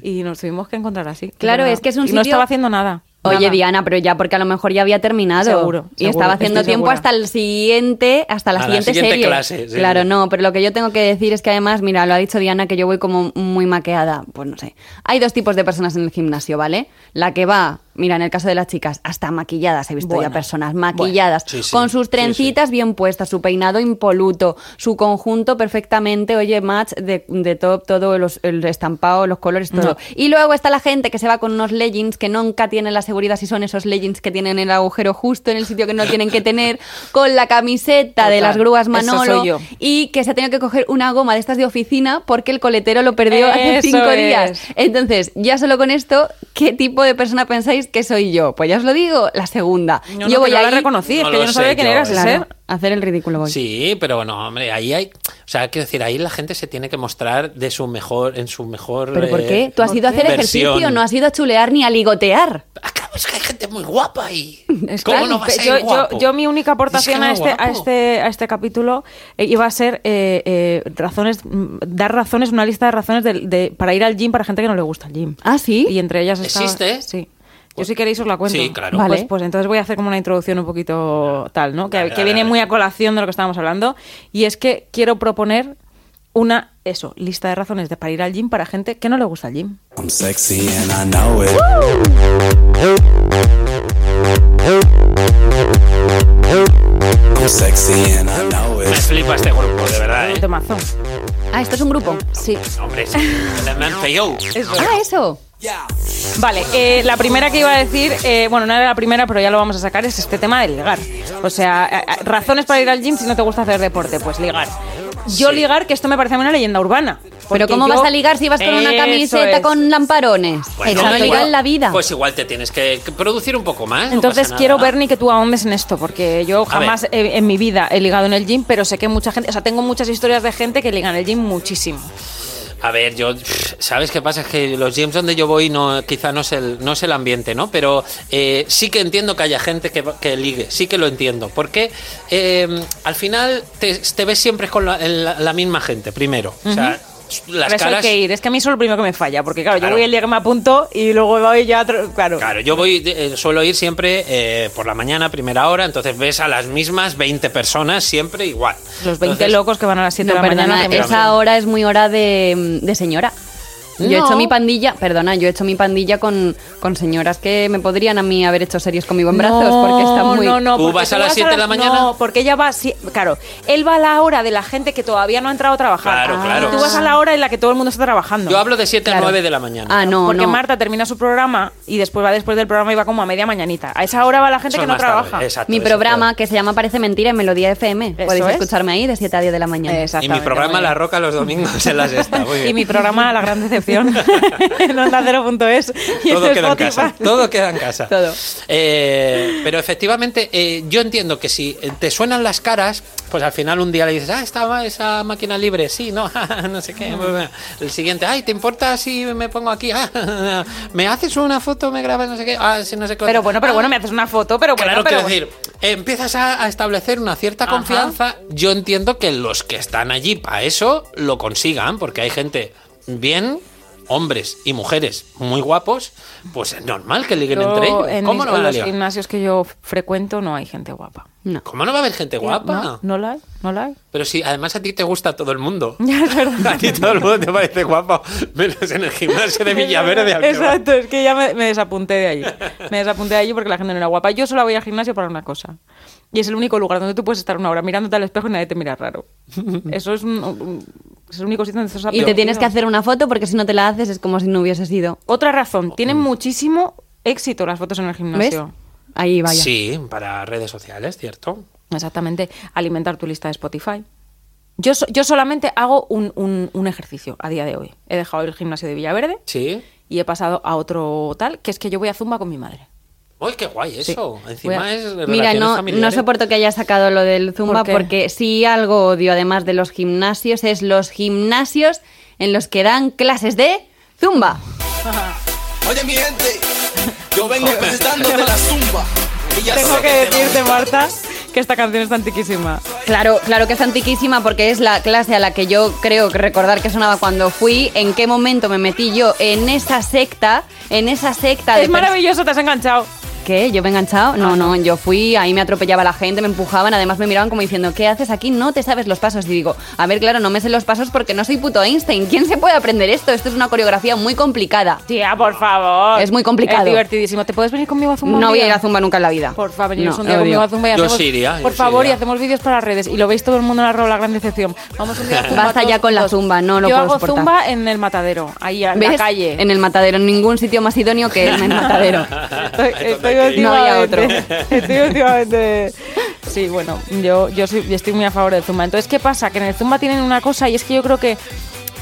Speaker 3: Y nos tuvimos que encontrar así.
Speaker 2: Claro,
Speaker 3: Era-
Speaker 2: es que es un
Speaker 3: y
Speaker 2: sitio...
Speaker 3: No estaba haciendo nada.
Speaker 2: Oye,
Speaker 3: nada.
Speaker 2: Diana, pero ya porque a lo mejor ya había terminado.
Speaker 3: Seguro,
Speaker 2: Y
Speaker 3: seguro,
Speaker 2: estaba haciendo
Speaker 3: estoy
Speaker 2: tiempo
Speaker 3: segura.
Speaker 2: hasta el siguiente, hasta la
Speaker 1: A la
Speaker 2: siguiente,
Speaker 1: siguiente
Speaker 2: serie.
Speaker 1: clase, sí.
Speaker 2: Claro, no, pero lo que yo tengo que decir es que además, mira, lo ha dicho Diana que yo voy como muy maqueada, pues no sé. Hay dos tipos de personas en el gimnasio, ¿vale? La que va, mira, en el caso de las chicas, hasta maquilladas, he visto
Speaker 3: Bueno.
Speaker 2: ya personas maquilladas,
Speaker 1: Bueno, sí, sí,
Speaker 2: con sus
Speaker 1: sí,
Speaker 2: trencitas bien puestas, su peinado impoluto, su conjunto perfectamente, oye, match de, de top, todo los- el estampado, los colores, todo.
Speaker 3: No.
Speaker 2: Y luego está la gente que se va con unos leggings que nunca tienen la seguridad si son esos leggings que tienen el agujero justo en el sitio que no tienen que
Speaker 3: (laughs)
Speaker 2: tener, con la camiseta de
Speaker 3: Total,
Speaker 2: las grúas
Speaker 3: eso
Speaker 2: Manolo
Speaker 3: soy yo.
Speaker 2: y que se ha tenido que coger una goma de estas de oficina porque el coletero lo perdió hace
Speaker 3: Eso
Speaker 2: cinco
Speaker 3: es.
Speaker 2: días. Entonces, ya solo con esto, ¿qué tipo de persona pensáis que soy yo? Pues ya os lo digo, la segunda.
Speaker 3: No, no,
Speaker 2: yo
Speaker 3: que
Speaker 2: voy
Speaker 3: no
Speaker 2: a
Speaker 3: la reconocí, es
Speaker 1: No
Speaker 3: que
Speaker 1: lo
Speaker 3: yo no sabía
Speaker 1: sé
Speaker 3: quién
Speaker 1: yo,
Speaker 3: eras,
Speaker 1: ¿eh?
Speaker 3: ser.
Speaker 2: Claro, hacer el ridículo voy.
Speaker 1: Sí, pero bueno, hombre, ahí hay, o sea, quiero decir, ahí la gente se tiene que mostrar de su mejor, en su mejor.
Speaker 2: ¿Pero por
Speaker 1: eh,
Speaker 2: qué? Tú has ido a hacer
Speaker 1: versión.
Speaker 2: ejercicio, no has ido a chulear ni a ligotear.
Speaker 1: Ah, claro, es que hay gente muy guapa ahí.
Speaker 3: (laughs) Es
Speaker 1: ¿Cómo
Speaker 3: claro,
Speaker 1: no va a
Speaker 3: pe-
Speaker 1: ser
Speaker 3: yo, yo-
Speaker 1: guapo?
Speaker 3: yo mi única
Speaker 1: Es
Speaker 3: aportación
Speaker 1: que no
Speaker 3: a,
Speaker 1: es
Speaker 3: este, a,
Speaker 1: guapo.
Speaker 3: este, a este capítulo eh, iba a ser eh, eh, razones, mm, dar razones, una lista de razones de- de- para ir al gym para gente que no le gusta el gym.
Speaker 2: Ah, sí.
Speaker 3: Y entre ellas estaba,
Speaker 1: ¿Existe? Pues
Speaker 3: Sí. Yo si queréis os la cuento.
Speaker 1: Sí, claro.
Speaker 2: Vale.
Speaker 3: Pues, pues entonces voy a hacer como una introducción un poquito tal, ¿no? Que,
Speaker 1: Dale,
Speaker 3: que
Speaker 1: dale,
Speaker 3: viene
Speaker 1: dale.
Speaker 3: muy a colación de lo que estábamos hablando. Y es que quiero proponer una, eso, lista de razones de para ir al gym para gente que no le gusta el gym.
Speaker 5: I'm sexy and I know it. I'm sexy and I know
Speaker 1: Me
Speaker 5: it.
Speaker 1: flipa este grupo, de verdad,
Speaker 3: Un (laughs)
Speaker 1: ¿eh?
Speaker 3: temazo.
Speaker 2: Ah, esto es un grupo. Sí.
Speaker 1: Hombre, sí. The Man P.O.
Speaker 2: Ah, eso.
Speaker 3: Vale, eh, la primera que iba a decir, eh, bueno, no era la primera, pero ya lo vamos a sacar, es este tema de ligar. O sea, a- a- razones para ir al gym si no te gusta hacer deporte, pues ligar. Yo
Speaker 1: Sí.
Speaker 3: ligar, que esto me parece a mí una leyenda urbana. porque
Speaker 2: Pero ¿cómo
Speaker 3: yo-
Speaker 2: vas a ligar si vas con una
Speaker 3: Eso
Speaker 2: camiseta
Speaker 3: es.
Speaker 2: con lamparones?
Speaker 1: Bueno,
Speaker 2: eso no
Speaker 1: Pues igual-
Speaker 2: liga en la vida.
Speaker 1: Pues igual te tienes que que producir un poco más. no
Speaker 3: Entonces
Speaker 1: pasa
Speaker 3: quiero,
Speaker 1: nada.
Speaker 3: Bernie, que tú ahondes en esto, porque yo jamás he- en mi vida he ligado en el gym, pero sé que mucha gente, o sea, tengo muchas historias de gente que liga en el gym muchísimo.
Speaker 1: A ver, yo. pff, ¿Sabes qué pasa? Es que los gyms donde yo voy no, quizá no es el, no es el ambiente, ¿no? Pero eh, sí que entiendo que haya gente que, que ligue, sí que lo entiendo. Porque eh, al final te, te ves siempre con la, en la- la misma gente, primero. O sea, las
Speaker 3: Por eso
Speaker 1: caras.
Speaker 3: hay que ir, es que a mí eso es lo primero que me falla, porque claro,
Speaker 1: Claro.
Speaker 3: yo voy el día que me apunto y luego voy ya, otro- claro.
Speaker 1: Claro, yo voy, eh, suelo ir siempre eh, por la mañana, primera hora, entonces ves a las mismas 20 personas siempre igual.
Speaker 3: Los 20
Speaker 1: Entonces,
Speaker 3: locos que van a las 7
Speaker 2: No,
Speaker 3: de la
Speaker 2: perdona,
Speaker 3: mañana. que me
Speaker 1: es-
Speaker 2: esa hora es muy hora de, de señora. Yo he
Speaker 1: No.
Speaker 2: hecho mi pandilla, perdona, yo he hecho mi pandilla con, con señoras que me podrían a mí haber hecho series conmigo en brazos porque están muy...
Speaker 3: No, no,
Speaker 1: ¿Tú
Speaker 3: porque
Speaker 1: vas a las
Speaker 3: vas
Speaker 1: siete de la mañana?
Speaker 3: No, porque ella va. si- Claro, él va a la hora de la gente que todavía no ha entrado a trabajar.
Speaker 1: Claro, claro.
Speaker 3: Tú vas a la hora en la que todo el mundo está trabajando.
Speaker 1: Yo hablo de 7
Speaker 2: Claro.
Speaker 1: a 9 de la mañana.
Speaker 2: Ah, no,
Speaker 3: porque
Speaker 2: no.
Speaker 3: Marta termina su programa y después va después del programa y va como a media mañanita. A esa hora va la gente
Speaker 1: Son
Speaker 3: que no
Speaker 1: más tarde,
Speaker 3: trabaja.
Speaker 1: exacto,
Speaker 2: mi
Speaker 1: exacto.
Speaker 2: programa que se llama Parece Mentira en Melodía FM.
Speaker 3: Eso
Speaker 2: Podéis
Speaker 3: es.
Speaker 2: escucharme ahí de 7 a 10 de la mañana.
Speaker 1: Y mi
Speaker 3: Exactamente,
Speaker 1: programa
Speaker 3: muy
Speaker 1: La
Speaker 3: bien. (laughs)
Speaker 1: Roca los domingos en las esta. Muy bien.
Speaker 3: Y mi programa La
Speaker 1: (laughs)
Speaker 3: Grande sección en onda0.es y en
Speaker 1: Todo queda en casa.
Speaker 3: Spotify.
Speaker 1: Todo queda en casa.
Speaker 3: Todo.
Speaker 1: Eh, pero efectivamente, eh, yo entiendo que si te suenan las caras, pues al final un día le dices, ah, estaba esa máquina libre, sí, no, (laughs) no sé qué. El siguiente, ay, ¿te importa si me pongo aquí? (laughs) Ah, ¿Me haces una foto? ¿Me grabas? No sé qué. Ah, sí, no sé qué.
Speaker 3: Pero bueno, pero
Speaker 1: Ah,
Speaker 3: bueno, me haces una foto, pero bueno,
Speaker 1: Claro,
Speaker 3: pero
Speaker 1: quiero decir, empiezas a, a establecer una cierta
Speaker 3: Ajá.
Speaker 1: confianza. Yo entiendo que los que están allí para eso lo consigan, porque hay gente bien, hombres y mujeres muy guapos, pues es normal que liguen
Speaker 3: Yo
Speaker 1: entre ellos.
Speaker 3: en
Speaker 1: ¿Cómo
Speaker 3: mis-
Speaker 1: no van
Speaker 3: en
Speaker 1: a
Speaker 3: los
Speaker 1: ligar?
Speaker 3: gimnasios que yo frecuento no hay gente guapa.
Speaker 2: No.
Speaker 1: ¿Cómo no va a haber gente guapa?
Speaker 3: No, no la hay, no la hay.
Speaker 1: Pero si además a ti te gusta todo el mundo. (laughs)
Speaker 3: (laughs) Ya, es verdad.
Speaker 1: A ti todo el mundo te parece guapo, menos en el gimnasio de Villaverde. al que vas.
Speaker 3: (laughs) Exacto, es que ya me, me desapunté de allí. Me desapunté de allí porque la gente no era guapa. Yo solo voy al gimnasio para una cosa. Y es el único lugar donde tú puedes estar una hora mirándote al espejo y nadie te
Speaker 1: (laughs)
Speaker 3: mira raro. Eso es, un- un- es el único sitio donde estás
Speaker 2: Y te tienes
Speaker 3: protegido.
Speaker 2: que hacer una foto porque si no te la haces es como si no hubiese sido.
Speaker 3: Otra razón, tienen
Speaker 1: Mm.
Speaker 3: muchísimo éxito las fotos en el
Speaker 2: ¿Ves?
Speaker 3: gimnasio.
Speaker 2: Ahí vaya.
Speaker 1: Sí, para redes sociales, ¿cierto?
Speaker 3: Exactamente, alimentar tu lista de Spotify. Yo, so- yo solamente hago un, un- un ejercicio a día de hoy. He dejado el gimnasio de Villaverde
Speaker 1: Sí.
Speaker 3: y he pasado a otro tal, que es que yo voy a Zumba con mi madre.
Speaker 1: Uy, qué guay eso.
Speaker 3: Sí.
Speaker 1: Encima
Speaker 3: Voy a-
Speaker 1: es
Speaker 2: Mira,
Speaker 1: relaciones
Speaker 2: no, no
Speaker 1: familiares.
Speaker 2: soporto que haya sacado lo del Zumba
Speaker 3: ¿Por qué?
Speaker 2: porque si algo odio además de los gimnasios es los gimnasios en los que dan clases de Zumba.
Speaker 5: Oye, mi gente, yo vengo presentándote la zumba. Y ya
Speaker 3: Tengo
Speaker 5: sé
Speaker 3: que
Speaker 5: te va a
Speaker 3: decirte, Marta, que esta canción es antiquísima.
Speaker 2: Claro, claro que es antiquísima porque es la clase a la que yo creo que recordar que sonaba cuando fui, en qué momento me metí yo en esa secta, en esa secta de
Speaker 3: Es
Speaker 2: pers-
Speaker 3: maravilloso, te has enganchado.
Speaker 2: ¿Qué? ¿Yo me he enganchado?
Speaker 3: Ah,
Speaker 2: No, no, yo fui, ahí me atropellaba la gente, me empujaban, además me miraban como diciendo, ¿qué haces aquí? No te sabes los pasos. Y digo, a ver, claro, no me sé los pasos porque no soy puto Einstein. ¿Quién se puede aprender esto? Esto es una coreografía muy complicada.
Speaker 3: Tía, por favor.
Speaker 2: Es muy complicado.
Speaker 3: Es divertidísimo. ¿Te puedes venir conmigo a Zumba?
Speaker 2: No
Speaker 3: un
Speaker 2: voy a
Speaker 3: día?
Speaker 2: ir a Zumba nunca en la vida.
Speaker 3: Por favor, venimos
Speaker 2: No,
Speaker 3: un día
Speaker 2: lo
Speaker 3: conmigo a
Speaker 2: odio.
Speaker 3: Zumba y
Speaker 1: Yo
Speaker 3: hacemos...
Speaker 1: sí iría, yo
Speaker 3: por
Speaker 1: sí
Speaker 3: favor,
Speaker 1: iría.
Speaker 3: y hacemos vídeos para las redes. Y lo veis todo el mundo en la rola, gran decepción. Vamos un
Speaker 2: (laughs)
Speaker 3: día a Zumba
Speaker 2: Basta
Speaker 3: todos
Speaker 2: ya con la
Speaker 3: juntos.
Speaker 2: Zumba, no lo
Speaker 3: Yo
Speaker 2: puedo
Speaker 3: hago
Speaker 2: soportar.
Speaker 3: Zumba en el matadero, ahí en la
Speaker 2: ¿Ves?
Speaker 3: calle.
Speaker 2: En el matadero, en ningún sitio más idóneo que
Speaker 3: (laughs)
Speaker 2: en el
Speaker 1: (laughs)
Speaker 2: matadero.
Speaker 3: Estoy,
Speaker 1: Entonces, ¿qué?
Speaker 3: estoy
Speaker 2: No había
Speaker 3: últimamente- (laughs) Estoy últimamente. Sí, bueno, yo, yo, soy- yo estoy muy a favor del Zumba. Entonces, ¿qué pasa? Que en el Zumba tienen una cosa y es que yo creo que.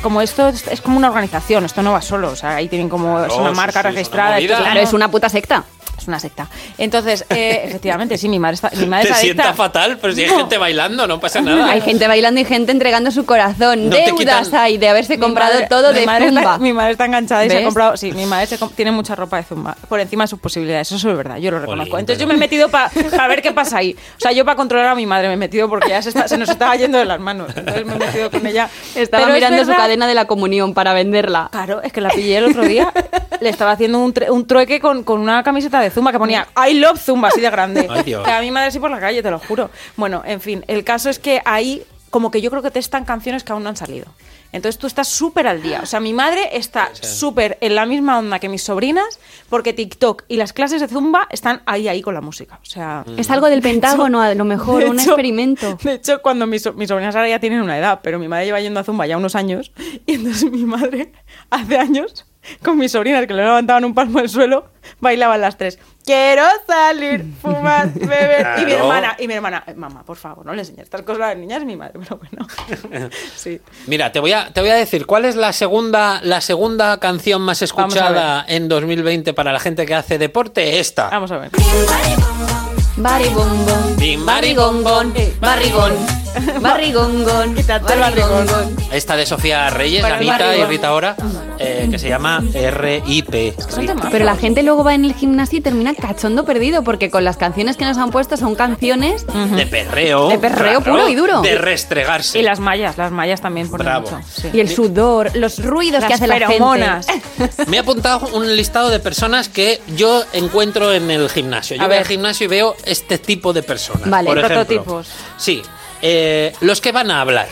Speaker 3: Como esto es, es como una organización, esto no va solo, o sea, ahí tienen como es
Speaker 1: Claro,
Speaker 3: una
Speaker 1: sí, sí,
Speaker 3: marca
Speaker 1: es una
Speaker 3: registrada.
Speaker 1: movida.
Speaker 3: esto
Speaker 2: Claro, es una puta secta.
Speaker 3: es una secta. Entonces, eh, efectivamente, sí, mi madre está, mi madre
Speaker 1: Te
Speaker 3: es adicta.
Speaker 1: sienta fatal, pero si hay
Speaker 3: No.
Speaker 1: gente bailando, no pasa nada.
Speaker 2: Hay gente bailando y gente entregando su corazón.
Speaker 1: No te
Speaker 2: Deudas
Speaker 1: quitan-
Speaker 2: hay de haberse
Speaker 3: Mi
Speaker 2: comprado
Speaker 3: madre-
Speaker 2: todo
Speaker 3: mi
Speaker 2: de
Speaker 3: madre
Speaker 2: Zumba.
Speaker 3: Está, mi madre está enganchada y se ha
Speaker 2: ¿Ves?
Speaker 3: comprado. Sí, mi madre se com- tiene mucha ropa de zumba por encima de sus posibilidades. Eso es verdad, yo lo reconozco.
Speaker 1: Jolín,
Speaker 3: Entonces
Speaker 1: pero-
Speaker 3: yo me he metido para ver qué pasa ahí. O sea, yo para controlar a mi madre me he metido porque ya se, está- se nos estaba yendo de las manos. Entonces me he metido con ella.
Speaker 2: Estaba
Speaker 3: Pero es
Speaker 2: mirando su
Speaker 3: verdad-
Speaker 2: cadena de la comunión para venderla.
Speaker 3: Claro, es que la pillé el otro día. Le estaba haciendo un, tre- un trueque con, con una camiseta de Zumba que ponía I love Zumba, así de grande.
Speaker 1: Ay, Dios.
Speaker 3: O sea, a mi madre sí por la calle, te lo juro. Bueno, en fin, el caso es que ahí, como que yo creo que te están canciones que aún no han salido. Entonces tú estás súper al día. O sea, mi madre está súper en la misma onda que mis sobrinas porque TikTok y las clases de Zumba están ahí, ahí con la música. O sea,
Speaker 1: Mm.
Speaker 2: Es algo del Pentágono, a lo mejor,
Speaker 3: de
Speaker 2: un
Speaker 3: hecho-
Speaker 2: experimento.
Speaker 3: De hecho, cuando mis, so- mis sobrinas ahora ya tienen una edad, pero mi madre lleva yendo a Zumba ya unos años, y entonces mi madre, hace años, con mis sobrinas que le levantaban un palmo al suelo, bailaban las tres. Quiero salir, fumar, beber. Y mi
Speaker 1: Claro.
Speaker 3: hermana, y mi hermana, "Eh, mamá, por favor, no le enseñes estas cosas a las niñas, mi madre, pero bueno. Sí.
Speaker 1: Mira, te voy a, te voy a decir cuál es la segunda, la segunda canción más
Speaker 3: Vamos a
Speaker 1: escuchada en 2020 para la gente que hace deporte. Esta.
Speaker 3: Vamos a ver.
Speaker 2: Baribombón,
Speaker 1: Bim,
Speaker 2: barrigongón, barrigón,
Speaker 3: (laughs)
Speaker 2: barrigongón,
Speaker 3: tanto el barrigón.
Speaker 2: barrigongón.
Speaker 1: Esta de Sofía Reyes,
Speaker 3: Para el
Speaker 1: Anita y
Speaker 3: barrio.
Speaker 1: Rita Ora, eh, que se llama RIP.
Speaker 2: Pero la gente luego va en el gimnasio y termina cachondo perdido porque con las canciones que nos han puesto son canciones
Speaker 1: De perreo.
Speaker 2: De perreo puro y duro.
Speaker 1: De restregarse.
Speaker 3: Y las mallas, las mallas también ponen
Speaker 1: Bravo.
Speaker 3: mucho. sí.
Speaker 2: y el sudor, los ruidos que
Speaker 3: Las
Speaker 2: hace la
Speaker 3: feromonas.
Speaker 2: gente.
Speaker 1: Me he apuntado un listado de personas que yo encuentro en el gimnasio. Yo
Speaker 3: A
Speaker 1: voy
Speaker 3: ver.
Speaker 1: al gimnasio y veo este tipo de personas.
Speaker 2: Vale.
Speaker 1: por ejemplo.
Speaker 3: Prototipos.
Speaker 1: Sí. Eh, los que van a hablar.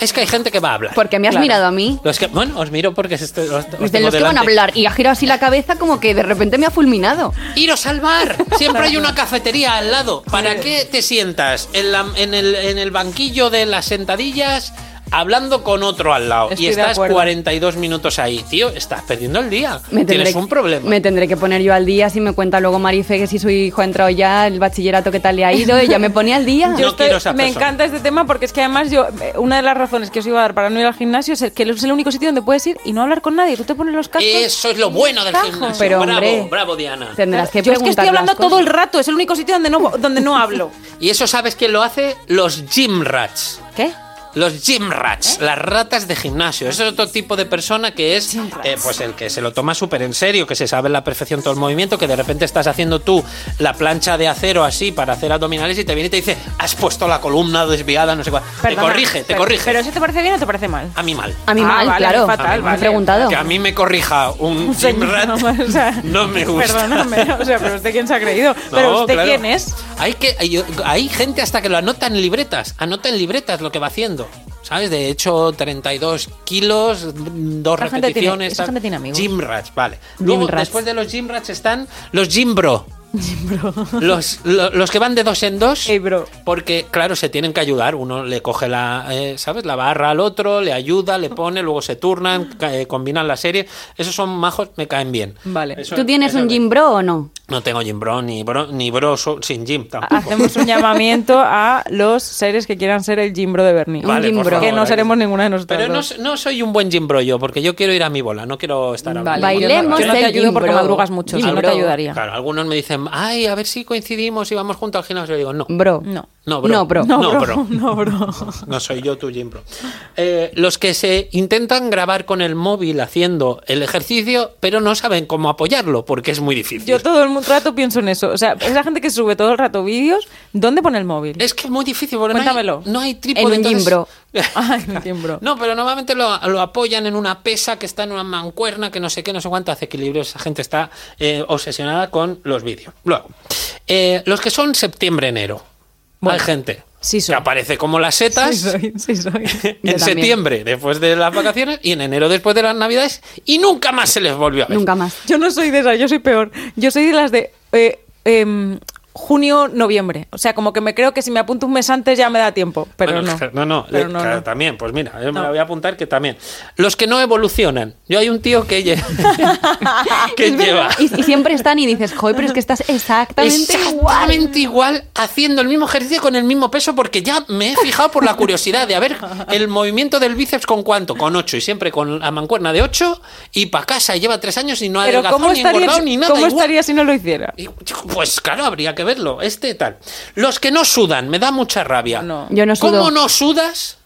Speaker 1: Es que hay gente que va a hablar.
Speaker 2: (laughs) Porque me has
Speaker 3: Claro.
Speaker 2: mirado a mí.
Speaker 1: Los que, bueno, os miro porque estoy, os, os
Speaker 2: De
Speaker 1: tengo
Speaker 2: los que van a
Speaker 1: delante.
Speaker 2: hablar y ha girado así la cabeza como que de repente me ha fulminado.
Speaker 1: Iros al bar. Siempre hay una cafetería al lado. ¿Para qué te sientas? ¿En, la- en el, en el banquillo de las sentadillas? hablando con otro al lado
Speaker 3: Estoy
Speaker 1: y
Speaker 3: de
Speaker 1: estás
Speaker 3: acuerdo.
Speaker 1: 42 minutos ahí, tío, estás perdiendo el día.
Speaker 2: Me tendré
Speaker 1: Tienes
Speaker 2: que-
Speaker 1: un problema.
Speaker 2: Me tendré que poner yo al día si me cuenta luego Marife que si su hijo ha entrado ya, el bachillerato que tal le ha ido, ella me pone al día.
Speaker 1: Yo- No quiero esa
Speaker 3: me
Speaker 1: persona.
Speaker 3: encanta este tema porque es que además yo eh, una de las razones que os iba a dar para no ir al gimnasio es que es el único sitio donde puedes ir y no hablar con nadie. Tú te pones los cascos.
Speaker 1: Eso es lo bueno del
Speaker 3: Tajo.
Speaker 1: gimnasio.
Speaker 2: Pero,
Speaker 1: bravo,
Speaker 2: hombre.
Speaker 1: bravo, Diana.
Speaker 2: Tendrás que
Speaker 3: yo es que estoy
Speaker 2: preguntar
Speaker 3: hablando
Speaker 2: las cosas.
Speaker 3: todo el rato. Es el único sitio donde no donde no hablo.
Speaker 1: Y eso, ¿sabes quién lo hace? Los gym rats.
Speaker 3: ¿Qué?
Speaker 1: Los gym
Speaker 3: ¿Eh?
Speaker 1: rats, las ratas de gimnasio. Ese es otro tipo de persona que es eh, pues el que se lo toma súper en serio, que se sabe a la perfección todo el movimiento, que de repente estás haciendo tú la plancha de acero así para hacer abdominales y te viene y te dice, has puesto la columna desviada, no sé cuál. (laughs)
Speaker 3: Perdona,
Speaker 1: te corrige, te
Speaker 3: pero-
Speaker 1: corrige.
Speaker 3: ¿Pero eso te parece bien o te parece mal?
Speaker 1: A mí mal.
Speaker 2: A mí
Speaker 3: Ah,
Speaker 2: mal,
Speaker 3: vale,
Speaker 2: claro.
Speaker 3: fatal,
Speaker 2: me he
Speaker 3: vale.
Speaker 2: preguntado.
Speaker 1: Que a mí me corrija un gym
Speaker 3: señor,
Speaker 1: rat
Speaker 3: pues, o sea,
Speaker 1: no me gusta.
Speaker 3: Perdóname, o sea, pero usted quién se
Speaker 1: (laughs)
Speaker 3: ha creído. pero
Speaker 1: No,
Speaker 3: usted
Speaker 1: claro.
Speaker 3: quién es.
Speaker 1: Hay, que, hay, hay gente hasta que lo anota en libretas. Anota en libretas lo que va haciendo. ¿Sabes? De hecho, 32 kilos, mm, dos
Speaker 3: Esa gente
Speaker 1: repeticiones.
Speaker 3: tiene- esa
Speaker 1: tal.
Speaker 3: gente tiene amigos.
Speaker 1: Gym rats, vale. Luego,
Speaker 3: rats.
Speaker 1: después de los gym rats están los gym
Speaker 3: (laughs)
Speaker 1: bro. Los, lo- los que van de dos en dos.
Speaker 3: Ey, bro.
Speaker 1: Porque, claro, se tienen que ayudar. Uno le coge la, eh, ¿sabes? la barra al otro, le ayuda, le pone, luego se
Speaker 3: (laughs)
Speaker 1: turnan, ca- eh, combinan la serie. Esos son majos, me caen bien.
Speaker 3: Vale.
Speaker 2: ¿Tú tienes un gym bro o no?
Speaker 1: No tengo gym bro, ni bro, ni bro so- sin gym tampoco.
Speaker 3: Hacemos un llamamiento a los seres que quieran ser el Jimbro de Bernie.
Speaker 1: Vale,
Speaker 2: gym
Speaker 1: por
Speaker 2: bro.
Speaker 1: favor,
Speaker 3: que no
Speaker 1: ahí.
Speaker 3: seremos ninguna de nosotras.
Speaker 1: Pero no,
Speaker 3: dos.
Speaker 1: no soy un buen Jimbro yo, porque yo quiero ir a mi bola, no quiero estar hablando.
Speaker 2: Vale, Bailemos
Speaker 3: Yo no te
Speaker 2: el
Speaker 3: ayudo porque
Speaker 2: Jimbro.
Speaker 3: madrugas mucho, si no te
Speaker 2: Jimbro.
Speaker 3: ayudaría.
Speaker 1: Claro, algunos me dicen, ay, a ver si coincidimos y vamos juntos al gimnasio. Yo digo, no.
Speaker 2: Bro.
Speaker 3: No.
Speaker 1: No, bro.
Speaker 2: No, bro.
Speaker 1: No, bro.
Speaker 3: (laughs) No, bro.
Speaker 1: No soy yo tu Jimbro. Eh, los que se intentan grabar con el móvil haciendo el ejercicio, pero no saben cómo apoyarlo, porque es muy difícil.
Speaker 3: Yo todo el mu- rato pienso en eso. O sea, esa gente que sube todo el rato vídeos, ¿dónde pone el móvil?
Speaker 1: Es que es muy difícil, porque
Speaker 3: Cuéntamelo.
Speaker 1: no hay, no hay trípode.
Speaker 2: En un
Speaker 1: entonces- (laughs)
Speaker 2: Jimbro.
Speaker 3: (laughs) Ah, el Jimbro.
Speaker 1: No, pero normalmente lo, lo apoyan en una pesa que está en una mancuerna, que no sé qué, no sé cuánto hace equilibrio. Esa gente está eh, obsesionada con los vídeos. Luego, eh, los que son septiembre-enero.
Speaker 3: Bueno,
Speaker 1: hay gente
Speaker 3: sí
Speaker 1: que
Speaker 3: soy.
Speaker 1: aparece como las
Speaker 3: Sí
Speaker 1: setas (laughs)
Speaker 3: soy, sí (laughs) soy.
Speaker 1: en
Speaker 2: también.
Speaker 1: septiembre después de las vacaciones y en enero después de las navidades y nunca más se les volvió a ver. (laughs)
Speaker 2: Nunca más.
Speaker 3: Yo no soy de esas, yo soy peor. Yo soy de las de eh, em, junio, noviembre. O sea, como que me creo que si me apunto un mes antes ya me da tiempo. Pero
Speaker 1: Bueno,
Speaker 3: no.
Speaker 1: No, no,
Speaker 3: Pero
Speaker 1: eh,
Speaker 3: no,
Speaker 1: claro,
Speaker 3: no.
Speaker 1: también, pues mira, yo me
Speaker 3: No.
Speaker 1: la voy a apuntar que también. Los que no evolucionan. Yo hay un tío que,
Speaker 3: (laughs)
Speaker 1: lle- que
Speaker 2: Es
Speaker 1: lleva.
Speaker 2: verdad. Y, y siempre están y dices, joder, pero es que estás exactamente, igual.
Speaker 1: Exactamente igual, haciendo el mismo ejercicio con el mismo peso, porque ya me he fijado por la curiosidad de a ver el movimiento del bíceps con cuánto, con 8, y siempre con la mancuerna de 8, y para casa y lleva 3 años y no ha
Speaker 3: Pero
Speaker 1: adelgazado
Speaker 3: ¿cómo
Speaker 1: ni engordado
Speaker 3: estaría,
Speaker 1: ni nada.
Speaker 3: ¿cómo
Speaker 1: igual.
Speaker 3: estaría si no lo hiciera?
Speaker 1: Y, Pues claro, habría que verlo, este tal. Los que no sudan, me da mucha rabia.
Speaker 3: No.
Speaker 2: Yo no sudo.
Speaker 1: ¿Cómo no sudas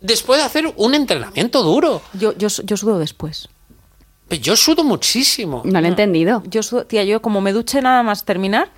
Speaker 1: después de hacer un entrenamiento duro?
Speaker 3: Yo, yo, yo sudo después.
Speaker 1: Pero Yo sudo muchísimo.
Speaker 2: No lo he entendido.
Speaker 3: Yo sudo, tía, yo como me duche nada más terminar,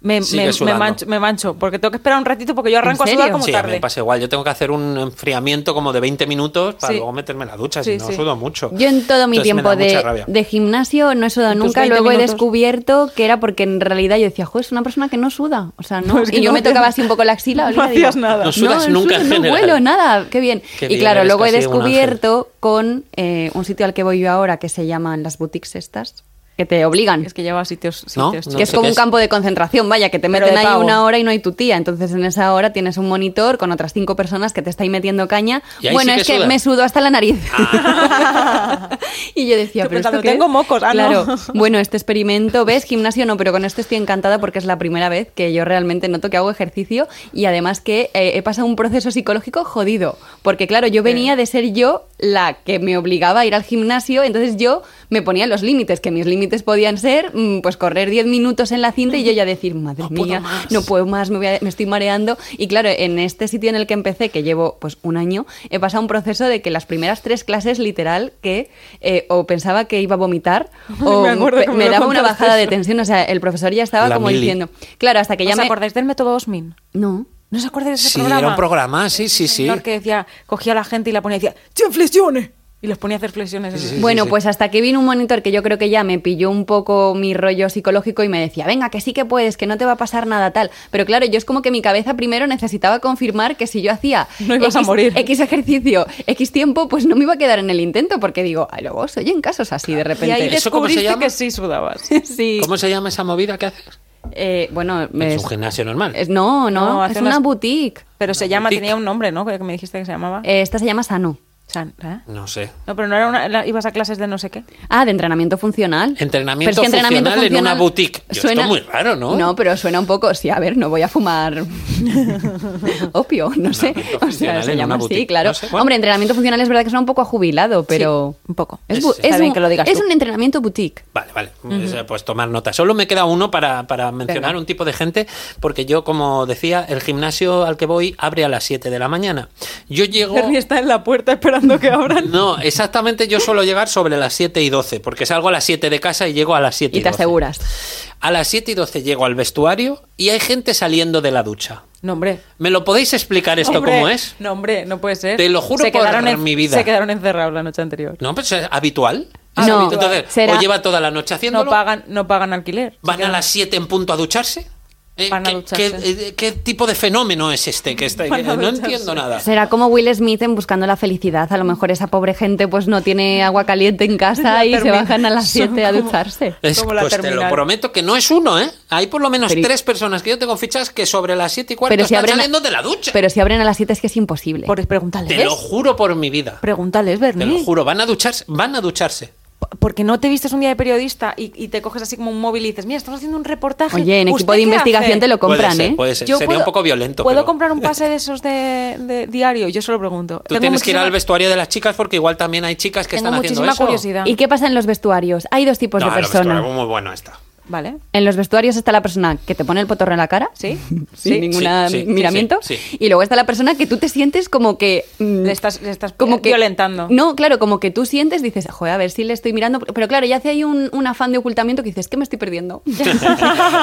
Speaker 3: me,
Speaker 1: Sigue
Speaker 3: me, me,
Speaker 1: sudando.
Speaker 3: mancho, me mancho, porque tengo que esperar un ratito porque yo arranco a sudar
Speaker 2: serio?
Speaker 3: como
Speaker 1: sí, a mí
Speaker 3: tarde.
Speaker 1: me pasa igual. Yo tengo que hacer un enfriamiento como de 20 minutos para
Speaker 3: Sí.
Speaker 1: luego meterme en la ducha,
Speaker 3: Sí,
Speaker 1: si no
Speaker 3: sí.
Speaker 1: sudo mucho.
Speaker 2: Yo en todo
Speaker 1: Entonces
Speaker 2: mi
Speaker 1: me
Speaker 2: tiempo
Speaker 1: da mucha
Speaker 2: de,
Speaker 1: rabia.
Speaker 2: de gimnasio no he sudado
Speaker 3: Tus
Speaker 2: nunca.
Speaker 3: 20
Speaker 2: Luego he
Speaker 3: minutos.
Speaker 2: descubierto que era porque en realidad yo decía, joder, es una persona que no suda. O sea, no.
Speaker 3: No, (laughs) es que
Speaker 2: y yo
Speaker 3: no
Speaker 2: me
Speaker 3: hacías-
Speaker 2: tocaba así un poco la axila.
Speaker 3: (laughs) no
Speaker 2: olía,
Speaker 3: hacías
Speaker 2: digo,
Speaker 3: nada.
Speaker 1: No sudas
Speaker 2: no
Speaker 1: nunca en
Speaker 2: sudo, No
Speaker 1: general".
Speaker 2: huelo nada. Qué bien.
Speaker 1: Qué
Speaker 2: y
Speaker 1: bien,
Speaker 2: claro,
Speaker 1: eres
Speaker 2: luego he
Speaker 1: casi un ángel.
Speaker 2: descubierto con eh, un sitio al que voy yo ahora que se llaman las boutiques estas, que te obligan.
Speaker 3: Es que lleva a sitios,
Speaker 1: No,
Speaker 3: sitios
Speaker 1: Pues no.
Speaker 2: que es
Speaker 1: sé
Speaker 2: como
Speaker 1: qué
Speaker 2: un
Speaker 1: es.
Speaker 2: campo de concentración, vaya, que te
Speaker 3: Pero
Speaker 2: meten
Speaker 3: de
Speaker 2: ahí
Speaker 3: pago.
Speaker 2: una hora y no hay tu tía. Entonces en esa hora tienes un monitor con otras cinco personas que te está ahí metiendo caña.
Speaker 1: Y ahí
Speaker 2: Bueno,
Speaker 1: sí que Ah.
Speaker 2: es que
Speaker 1: sudas.
Speaker 2: me sudo hasta la nariz. (laughs) y yo decía,
Speaker 3: Yo
Speaker 2: pero
Speaker 3: pensando,
Speaker 2: esto qué
Speaker 3: tengo
Speaker 2: es?".
Speaker 3: mocos. Ah,
Speaker 2: claro.
Speaker 3: (laughs) no.
Speaker 2: Bueno, este experimento, ves, gimnasio no, pero con esto estoy encantada porque es la primera vez que yo realmente noto que hago ejercicio y además que eh, he pasado un proceso psicológico jodido. Porque claro, yo venía de ser yo la que me obligaba a ir al gimnasio, entonces yo me ponía los límites, que mis límites podían ser mm, pues correr 10 minutos en la cinta y yo ya decir, madre
Speaker 1: (laughs) No puedo
Speaker 2: mía,
Speaker 1: más".
Speaker 2: no puedo más, me, voy a- me estoy mareando. Y claro, en este sitio en el que empecé, que llevo pues un año, he pasado un proceso de que las primeras tres clases, literal, que eh, o pensaba que iba a vomitar
Speaker 3: (laughs)
Speaker 2: o
Speaker 3: Me acuerdo que
Speaker 2: pe-
Speaker 3: me
Speaker 2: me
Speaker 3: lo
Speaker 2: daba una
Speaker 3: contaste.
Speaker 2: bajada de tensión. O sea, el profesor ya estaba
Speaker 1: La
Speaker 2: como
Speaker 1: mili.
Speaker 2: diciendo, claro, hasta que ya
Speaker 3: ¿Os
Speaker 2: me.
Speaker 3: acordáis del método Osmin?
Speaker 2: No.
Speaker 3: ¿No os acordáis de ese
Speaker 1: Sí,
Speaker 3: programa?
Speaker 1: era un programa, sí, sí, sí.
Speaker 3: señor que decía, cogía a la gente y la ponía y decía, ¡100 flexiones! Y los ponía a hacer flexiones.
Speaker 1: Sí, sí, sí.
Speaker 2: Bueno, pues hasta que vino un monitor que yo creo que ya me pilló un poco mi rollo psicológico y me decía, venga, que sí que puedes, que no te va a pasar nada tal. Pero claro, yo es como que mi cabeza primero necesitaba confirmar que si yo hacía
Speaker 3: No ibas a morir.
Speaker 2: X ejercicio, X tiempo, pues no me iba a quedar en el intento porque digo, ay, luego soy en casos así de
Speaker 3: Y ahí
Speaker 2: repente.
Speaker 1: ¿Eso cómo se
Speaker 3: descubriste
Speaker 1: llama?
Speaker 3: que sí sudabas.
Speaker 2: sí.
Speaker 1: ¿Cómo se llama esa movida que haces?
Speaker 2: Eh, bueno,
Speaker 1: Es
Speaker 2: es-
Speaker 1: un gimnasio normal.
Speaker 2: es- no, no,
Speaker 3: No, hace
Speaker 2: es una
Speaker 3: unas-
Speaker 2: boutique.
Speaker 3: Pero se llama,
Speaker 1: boutique.
Speaker 3: tenía un nombre, ¿no? Que que me dijiste que se llamaba.
Speaker 2: Eh, esta se llama Sano.
Speaker 3: San- ¿eh?
Speaker 1: No sé.
Speaker 3: No, pero no era una. la- ibas a clases de no sé qué.
Speaker 2: Ah, de entrenamiento funcional.
Speaker 1: Entrenamiento
Speaker 2: Pero es que
Speaker 1: funcional en una boutique. Yo, esto muy raro, ¿no?
Speaker 2: No, pero suena un poco. Sí, a ver, no voy
Speaker 1: (laughs)
Speaker 2: a fumar opio, no sé. O sea,
Speaker 1: funcional en
Speaker 2: se
Speaker 1: una
Speaker 2: llama así,
Speaker 1: boutique.
Speaker 2: claro.
Speaker 1: No sé, bueno.
Speaker 2: Hombre, entrenamiento funcional es verdad que suena un poco a jubilado, pero.
Speaker 3: Sí, un poco.
Speaker 2: Es,
Speaker 1: Es-
Speaker 2: bu-
Speaker 1: está
Speaker 2: es
Speaker 3: bien
Speaker 2: un,
Speaker 3: que lo digas
Speaker 2: es
Speaker 3: tú.
Speaker 2: un entrenamiento boutique.
Speaker 1: Vale, vale. Pues, Pues tomar nota. Solo me queda uno para, para mencionar un tipo de gente, porque yo, como decía, el gimnasio al que voy abre a las 7 de la mañana. Yo
Speaker 2: (laughs)
Speaker 1: llego.
Speaker 3: está en la puerta esperando
Speaker 1: (laughs)
Speaker 3: que abran.
Speaker 1: No, exactamente yo suelo llegar sobre las 7 y 12, porque salgo a las 7 de casa y llego a las 7 y
Speaker 2: Y te
Speaker 1: 12.
Speaker 2: aseguras.
Speaker 1: A las 7 y 12 llego al vestuario y hay gente saliendo de la ducha.
Speaker 3: No, hombre.
Speaker 1: ¿Me lo podéis explicar esto
Speaker 3: Hombre,
Speaker 1: cómo es?
Speaker 3: No, hombre, no puede ser.
Speaker 1: Te lo juro por
Speaker 3: en,
Speaker 1: mi vida.
Speaker 3: Se quedaron encerrados la noche anterior.
Speaker 1: No, pues es habitual.
Speaker 2: Ah,
Speaker 1: Es
Speaker 2: no.
Speaker 1: habitual. Entonces,
Speaker 2: Será-
Speaker 1: o lleva toda la noche
Speaker 3: No
Speaker 1: haciéndolo,
Speaker 3: pagan, no pagan alquiler. Se
Speaker 1: van a
Speaker 3: quedan-
Speaker 1: las 7 en punto a ducharse. Eh,
Speaker 3: Van a
Speaker 1: ¿qué-
Speaker 3: ducharse.
Speaker 1: qué- eh, qué tipo de fenómeno es este? Que está,
Speaker 3: Van a
Speaker 1: que no
Speaker 3: ducharse.
Speaker 1: entiendo nada.
Speaker 2: Será como Will Smith en Buscando la Felicidad. A lo mejor esa pobre gente pues no tiene agua caliente en casa
Speaker 3: La
Speaker 2: y se
Speaker 3: termina-
Speaker 2: bajan a las
Speaker 3: son
Speaker 2: 7 a
Speaker 3: como-
Speaker 2: ducharse.
Speaker 1: Es-
Speaker 3: Como la
Speaker 1: pues te lo
Speaker 3: terminal.
Speaker 1: prometo que no es uno, ¿eh? Hay por lo menos
Speaker 2: Pero y-
Speaker 1: tres personas que yo tengo fichas que sobre las 7 y cuarto
Speaker 2: Pero si
Speaker 1: están
Speaker 2: abren a-
Speaker 1: saliendo de la ducha.
Speaker 2: Pero si abren a las 7 es que es imposible.
Speaker 3: Por preguntarles.
Speaker 1: Te lo juro por mi vida.
Speaker 3: Pregúntales,
Speaker 1: Te lo
Speaker 3: Bernie.
Speaker 1: juro, van a ducharse, van a ducharse.
Speaker 3: P- Porque no te vistes un día de periodista y, y te coges así como un móvil y dices, mira, estamos haciendo un reportaje.
Speaker 2: Oye, en
Speaker 3: ¿Usted
Speaker 2: equipo de
Speaker 3: qué
Speaker 2: investigación
Speaker 3: hace?".
Speaker 2: te lo compran,
Speaker 1: puede ser,
Speaker 2: ¿eh?
Speaker 1: puede ser. Sería un poco violento.
Speaker 3: ¿Puedo
Speaker 1: pero
Speaker 3: comprar
Speaker 1: (laughs)
Speaker 3: un pase de esos de, de diario? Yo solo pregunto.
Speaker 1: Tú tienes que ir al vestuario de las chicas porque igual también hay chicas que
Speaker 3: Tengo
Speaker 1: están haciendo
Speaker 3: muchísima
Speaker 1: eso.
Speaker 3: curiosidad.
Speaker 2: ¿Y qué pasa en los vestuarios? Hay dos tipos
Speaker 1: No,
Speaker 2: de
Speaker 1: el
Speaker 2: personas.
Speaker 1: vestuario muy bueno está. Ah,
Speaker 3: Vale.
Speaker 2: En los vestuarios está la persona que te pone el potorro en la cara, (laughs)
Speaker 3: ¿Sí?
Speaker 2: sin
Speaker 3: Sí.
Speaker 2: ningún
Speaker 1: sí, sí,
Speaker 2: miramiento,
Speaker 1: sí, sí.
Speaker 2: y luego está la persona que tú te sientes como que mm,
Speaker 3: Le estás- le estás violentando.
Speaker 2: No, claro, como que tú sientes, dices, joder, a ver si le estoy mirando, pero claro, ya hace ahí un, un afán de ocultamiento que dices, ¿qué me estoy
Speaker 3: (laughs)
Speaker 2: perdiendo?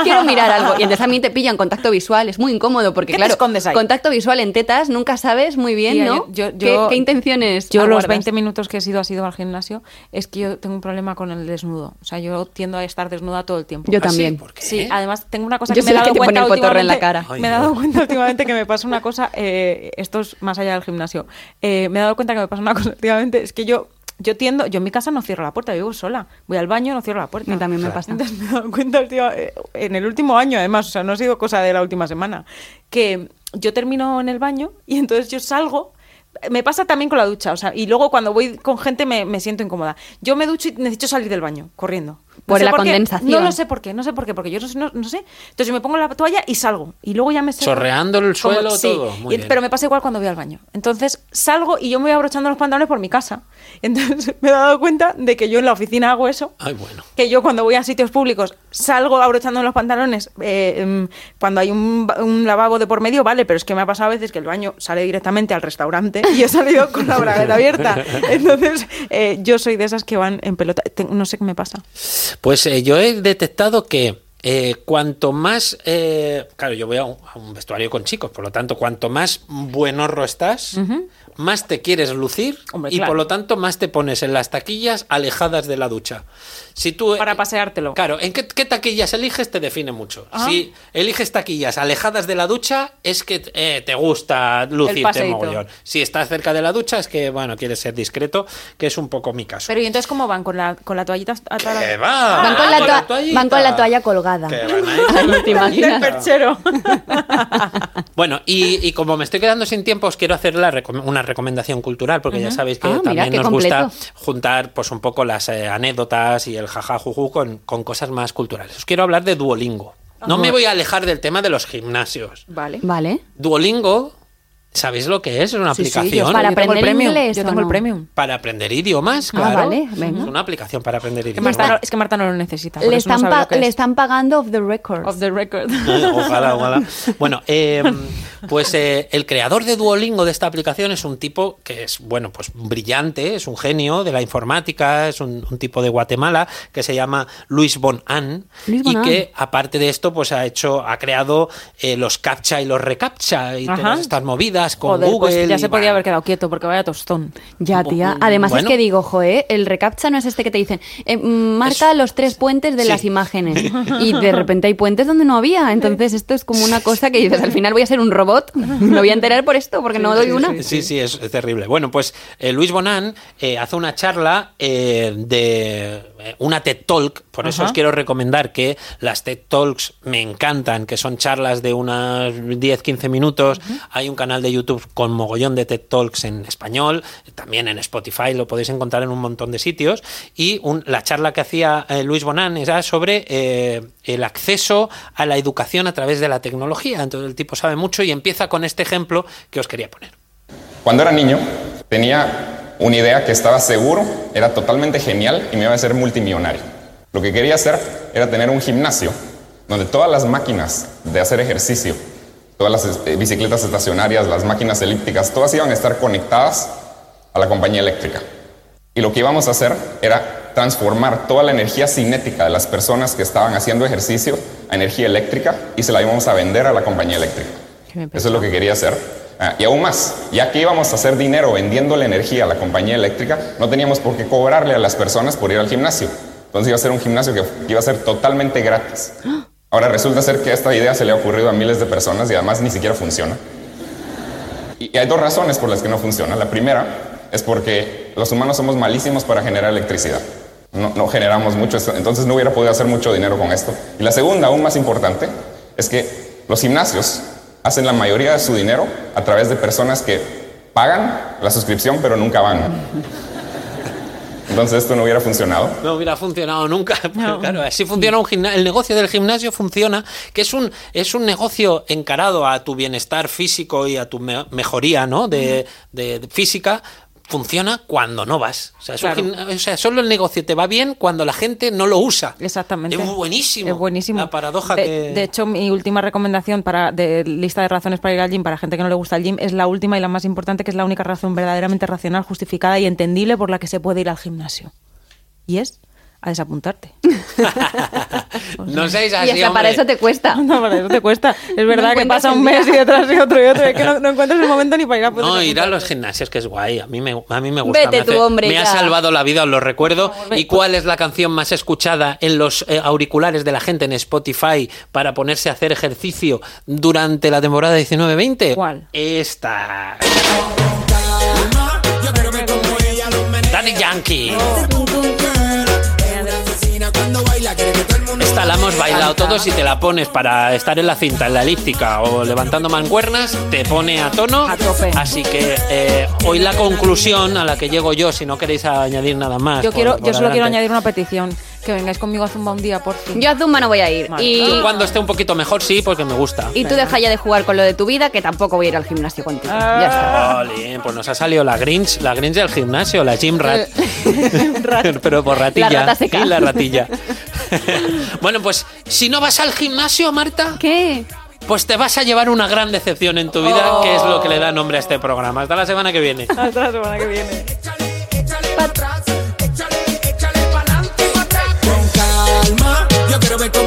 Speaker 2: Quiero mirar algo, y entonces a mí te pillan contacto visual, es muy incómodo porque
Speaker 3: ¿Qué te
Speaker 2: claro,
Speaker 3: escondes ahí?
Speaker 2: contacto visual en tetas nunca sabes muy bien,
Speaker 3: Tía,
Speaker 2: ¿Eh, ¿no?
Speaker 3: yo- yo-
Speaker 2: ¿Qué,
Speaker 3: yo-
Speaker 2: qué intenciones?
Speaker 3: Yo los
Speaker 2: aguardas?
Speaker 3: 20 minutos que he sido, ha sido al gimnasio, es que yo tengo un problema con el desnudo. O sea, yo tiendo a estar desnuda todo el tiempo.
Speaker 2: Yo
Speaker 1: ¿Ah, sí?
Speaker 2: también.
Speaker 1: ¿Por qué?
Speaker 3: Sí, además tengo una cosa
Speaker 2: Yo
Speaker 3: que me
Speaker 2: soy
Speaker 3: he
Speaker 2: la que
Speaker 3: dado
Speaker 2: te pone
Speaker 3: cuenta
Speaker 2: el potorro en la
Speaker 3: últimamente-
Speaker 2: cara.
Speaker 1: Ay,
Speaker 3: me he dado
Speaker 1: no.
Speaker 3: cuenta últimamente que me pasa una cosa, eh, esto es más allá del gimnasio, Eh, me he dado cuenta que me pasa una cosa últimamente, es que yo, yo tiendo, yo en mi casa no cierro la puerta, yo vivo sola, voy al baño, no cierro la puerta.
Speaker 2: A mí también me pasa.
Speaker 3: Entonces me he (laughs) dado cuenta última- eh, en el último año además, o sea, no ha sido cosa de la última semana, que yo termino en el baño y entonces yo salgo. Me pasa también con la ducha, o sea, y luego cuando voy con gente me, me siento incómoda. Yo me ducho y necesito salir del baño, corriendo. No
Speaker 2: Por
Speaker 3: sé
Speaker 2: la
Speaker 3: qué,
Speaker 2: condensación.
Speaker 3: No lo sé por qué, no sé por qué, porque yo no, sé- no- no sé. Entonces yo me pongo la toalla y salgo. Y luego ya me seco.
Speaker 1: Chorreando el suelo, todo. Muy
Speaker 3: Y-
Speaker 1: bien.
Speaker 3: Pero me pasa igual cuando voy al baño. Entonces salgo y yo me voy abrochando los pantalones por mi casa. (laughs) Entonces me he dado cuenta de que yo en la oficina hago eso.
Speaker 1: Ay, bueno.
Speaker 3: Que yo cuando voy a sitios públicos salgo abrochando los pantalones. eh, em, cuando hay un, ba- un lavabo de por medio, vale, pero es que me ha pasado a veces que el baño sale directamente al restaurante (laughs) y he salido con la
Speaker 1: (laughs)
Speaker 3: bragueta abierta. Entonces eh, yo soy de esas que van en pelota. Te- no sé qué me pasa.
Speaker 1: Pues eh, yo he detectado que eh, cuanto más. eh, claro, yo voy a un, a un vestuario con chicos, por lo tanto, cuanto más buenorro estás, más te quieres lucir
Speaker 3: Hombre,
Speaker 1: y
Speaker 3: claro.
Speaker 1: por lo tanto más te pones en las taquillas alejadas de la ducha. Si tú,
Speaker 3: Para
Speaker 1: eh,
Speaker 3: paseártelo.
Speaker 1: Claro, en qué, qué taquillas eliges te define mucho.
Speaker 3: Ah.
Speaker 1: Si eliges taquillas alejadas de la ducha, es que eh, te gusta lucirte
Speaker 3: paseíto.
Speaker 1: mogollón. Si estás cerca de la ducha, es que, bueno, quieres ser discreto, que es un poco mi caso.
Speaker 3: Pero ¿y entonces cómo van con la, con la toallita atada?
Speaker 1: ¡Que Eh, va!
Speaker 2: Van con, la
Speaker 1: Ah, Con la
Speaker 2: toa- van con la
Speaker 1: toallita.
Speaker 2: toalla colgada.
Speaker 1: Que van
Speaker 2: (laughs)
Speaker 1: ahí.
Speaker 2: ¿Te imaginas?
Speaker 3: Del perchero.
Speaker 1: Bueno, y, y como me estoy quedando sin tiempo, os quiero hacer la recom- una recomendación cultural, porque ya sabéis que
Speaker 2: Ah, mira,
Speaker 1: también
Speaker 2: qué
Speaker 1: nos
Speaker 2: completo.
Speaker 1: gusta juntar pues un poco las eh, anécdotas y el jaja juju con, con cosas más culturales. Os quiero hablar de Duolingo. No me voy a alejar del tema de los gimnasios.
Speaker 3: Vale.
Speaker 2: Vale.
Speaker 1: Duolingo, ¿sabéis lo que es? Es una aplicación
Speaker 2: para
Speaker 3: Yo tengo el
Speaker 2: aprender
Speaker 3: premium,
Speaker 2: inglés
Speaker 3: Yo
Speaker 2: o
Speaker 3: tengo el
Speaker 2: no?
Speaker 3: premium.
Speaker 1: para aprender idiomas,
Speaker 2: Ah,
Speaker 1: claro.
Speaker 2: vale, venga.
Speaker 1: Es una aplicación para aprender
Speaker 3: Que Marta
Speaker 1: idiomas.
Speaker 3: no- es que Marta no lo necesita. por
Speaker 2: Le
Speaker 3: eso no
Speaker 2: están,
Speaker 3: sabe
Speaker 2: pa-
Speaker 3: lo que
Speaker 2: le
Speaker 3: es.
Speaker 2: están pagando off the records.
Speaker 3: Off the record.
Speaker 1: (laughs) Ojalá, ojalá. Bueno, eh, pues eh, el creador de Duolingo de esta aplicación es un tipo que es, bueno, pues brillante, es un genio de la informática, es un, un tipo de Guatemala que se llama Luis Bonan
Speaker 2: Luis
Speaker 1: y
Speaker 2: Bonan.
Speaker 1: que aparte de esto, pues ha hecho, ha creado eh, los captcha y los recaptcha y
Speaker 3: Ajá.
Speaker 1: todas estas movidas Plus, con
Speaker 3: Joder,
Speaker 1: Google.
Speaker 3: pues ya se
Speaker 1: y-
Speaker 3: podía haber quedado quieto porque vaya tostón.
Speaker 2: Ya, tía. Además
Speaker 1: Bueno.
Speaker 2: es que digo, joe, eh, el recaptcha no es este que te dicen, eh, mm, marca los tres puentes de
Speaker 1: sí.
Speaker 2: las
Speaker 1: (laughs)
Speaker 2: imágenes. Y de repente hay puentes donde no había. Entonces esto es como una cosa que dices, al final voy a ser un robot. Me voy a enterar por esto porque no doy una.
Speaker 1: Sí, sí, es, es terrible. Bueno, pues eh, Luis Bonan eh, hace una charla eh, de eh, una TED Talk, por eso
Speaker 3: Ajá.
Speaker 1: os quiero recomendar que las TED Talks me encantan, que son charlas de unas 10-15 minutos. Hay un canal de YouTube con mogollón de TED Talks en español, también en Spotify, lo podéis encontrar en un montón de sitios. Y un- la charla que hacía eh, Luis Bonan era sobre eh, el acceso a la educación a través de la tecnología. Entonces el tipo sabe mucho y empieza con este ejemplo que os quería poner.
Speaker 6: Cuando era niño, tenía una idea que estaba seguro, era totalmente genial y me iba a hacer multimillonario. Lo que quería hacer era tener un gimnasio donde todas las máquinas de hacer ejercicio, todas las eh, bicicletas estacionarias, las máquinas elípticas, todas iban a estar conectadas a la compañía eléctrica. Y lo que íbamos a hacer era transformar toda la energía cinética de las personas que estaban haciendo ejercicio a energía eléctrica y se la íbamos a vender a la compañía eléctrica. Eso es lo que quería hacer. Ah, y aún más, ya que íbamos a hacer dinero vendiendo la energía a la compañía eléctrica, no teníamos por qué cobrarle a las personas por ir al gimnasio. Entonces iba a ser un gimnasio que, que iba a ser totalmente gratis. Ahora resulta ser que esta idea se le ha ocurrido a miles de personas y además ni siquiera funciona. Y y hay dos razones por las que no funciona. La primera es porque los humanos somos malísimos para generar electricidad. No, no generamos mucho, esto, entonces no hubiera podido hacer mucho dinero con esto. Y la segunda, aún más importante, es que los gimnasios hacen la mayoría de su dinero a través de personas que pagan la suscripción pero nunca van. Entonces esto no hubiera funcionado.
Speaker 1: No hubiera funcionado nunca. (laughs) Pero claro, así funciona un gimna- El negocio del gimnasio funciona, que es un, es un negocio encarado a tu bienestar físico y a tu me- mejoría ¿no? de, de- de física. Funciona cuando no vas. O sea, es un
Speaker 3: Claro.
Speaker 1: gimna- o sea, solo el negocio te va bien cuando la gente no lo usa.
Speaker 3: Exactamente.
Speaker 1: Es buenísimo.
Speaker 3: Es buenísimo.
Speaker 1: La paradoja
Speaker 3: de,
Speaker 1: que.
Speaker 3: de hecho, mi última recomendación para, de lista de razones para ir al gym para gente que no le gusta el gym es la última y la más importante, que es la única razón verdaderamente racional, justificada y entendible por la que se puede ir al gimnasio. Y es a desapuntarte.
Speaker 1: (laughs)
Speaker 3: (laughs)
Speaker 1: no seáis
Speaker 2: y
Speaker 1: así.
Speaker 2: hasta
Speaker 1: hombre.
Speaker 2: para eso te cuesta.
Speaker 3: No, para eso te cuesta. Es verdad que
Speaker 2: encuentras
Speaker 3: pasa
Speaker 2: el
Speaker 3: un mes y
Speaker 2: día.
Speaker 3: detrás y otro y otro. Es
Speaker 1: (laughs)
Speaker 3: que no, no encuentras el momento ni para ir a poder
Speaker 1: No, ir a
Speaker 3: apuntarte.
Speaker 1: los gimnasios, que es guay. A mí me, a mí me gusta.
Speaker 2: Vete
Speaker 1: me
Speaker 2: tú, hombre,
Speaker 1: Me ha
Speaker 2: ya.
Speaker 1: salvado la vida, os lo recuerdo. ¿Y cuál es la canción más escuchada en los eh, auriculares de la gente en Spotify para ponerse a hacer ejercicio durante la temporada 19-20?
Speaker 3: ¿Cuál?
Speaker 1: Esta. Daddy Yankee. Esta la hemos bailado todos y te la pones para estar en la cinta, en la elíptica o levantando mancuernas, te pone a tono.
Speaker 2: A tope.
Speaker 1: Así que eh, hoy la conclusión a la que llego yo, si no queréis añadir nada más.
Speaker 3: Yo,
Speaker 1: por-
Speaker 3: quiero,
Speaker 1: por
Speaker 3: yo solo quiero
Speaker 1: adelante.
Speaker 3: añadir una petición. Que vengáis conmigo a Zumba un día, por fin.
Speaker 2: Yo a Zumba no voy a ir.
Speaker 3: Vale.
Speaker 2: Y,
Speaker 1: Tú cuando esté un poquito mejor, sí, porque me gusta.
Speaker 2: y tú deja ya de jugar con lo de tu vida, que tampoco voy a ir al gimnasio contigo. Ya está.
Speaker 1: Jolín, pues nos ha salido la Grinch, la Grinch del gimnasio, la Jim
Speaker 2: (laughs)
Speaker 1: Rat. (laughs) Pero por ratilla.
Speaker 2: La rata seca.
Speaker 1: Sí, la ratilla. (laughs) bueno, pues si no vas al gimnasio, Marta,
Speaker 2: ¿Qué?
Speaker 1: pues te vas a llevar una gran decepción en tu vida, que es lo que le da nombre a este programa. Hasta la semana que viene.
Speaker 3: Hasta la semana que viene.
Speaker 5: Con calma, yo quiero ver cómo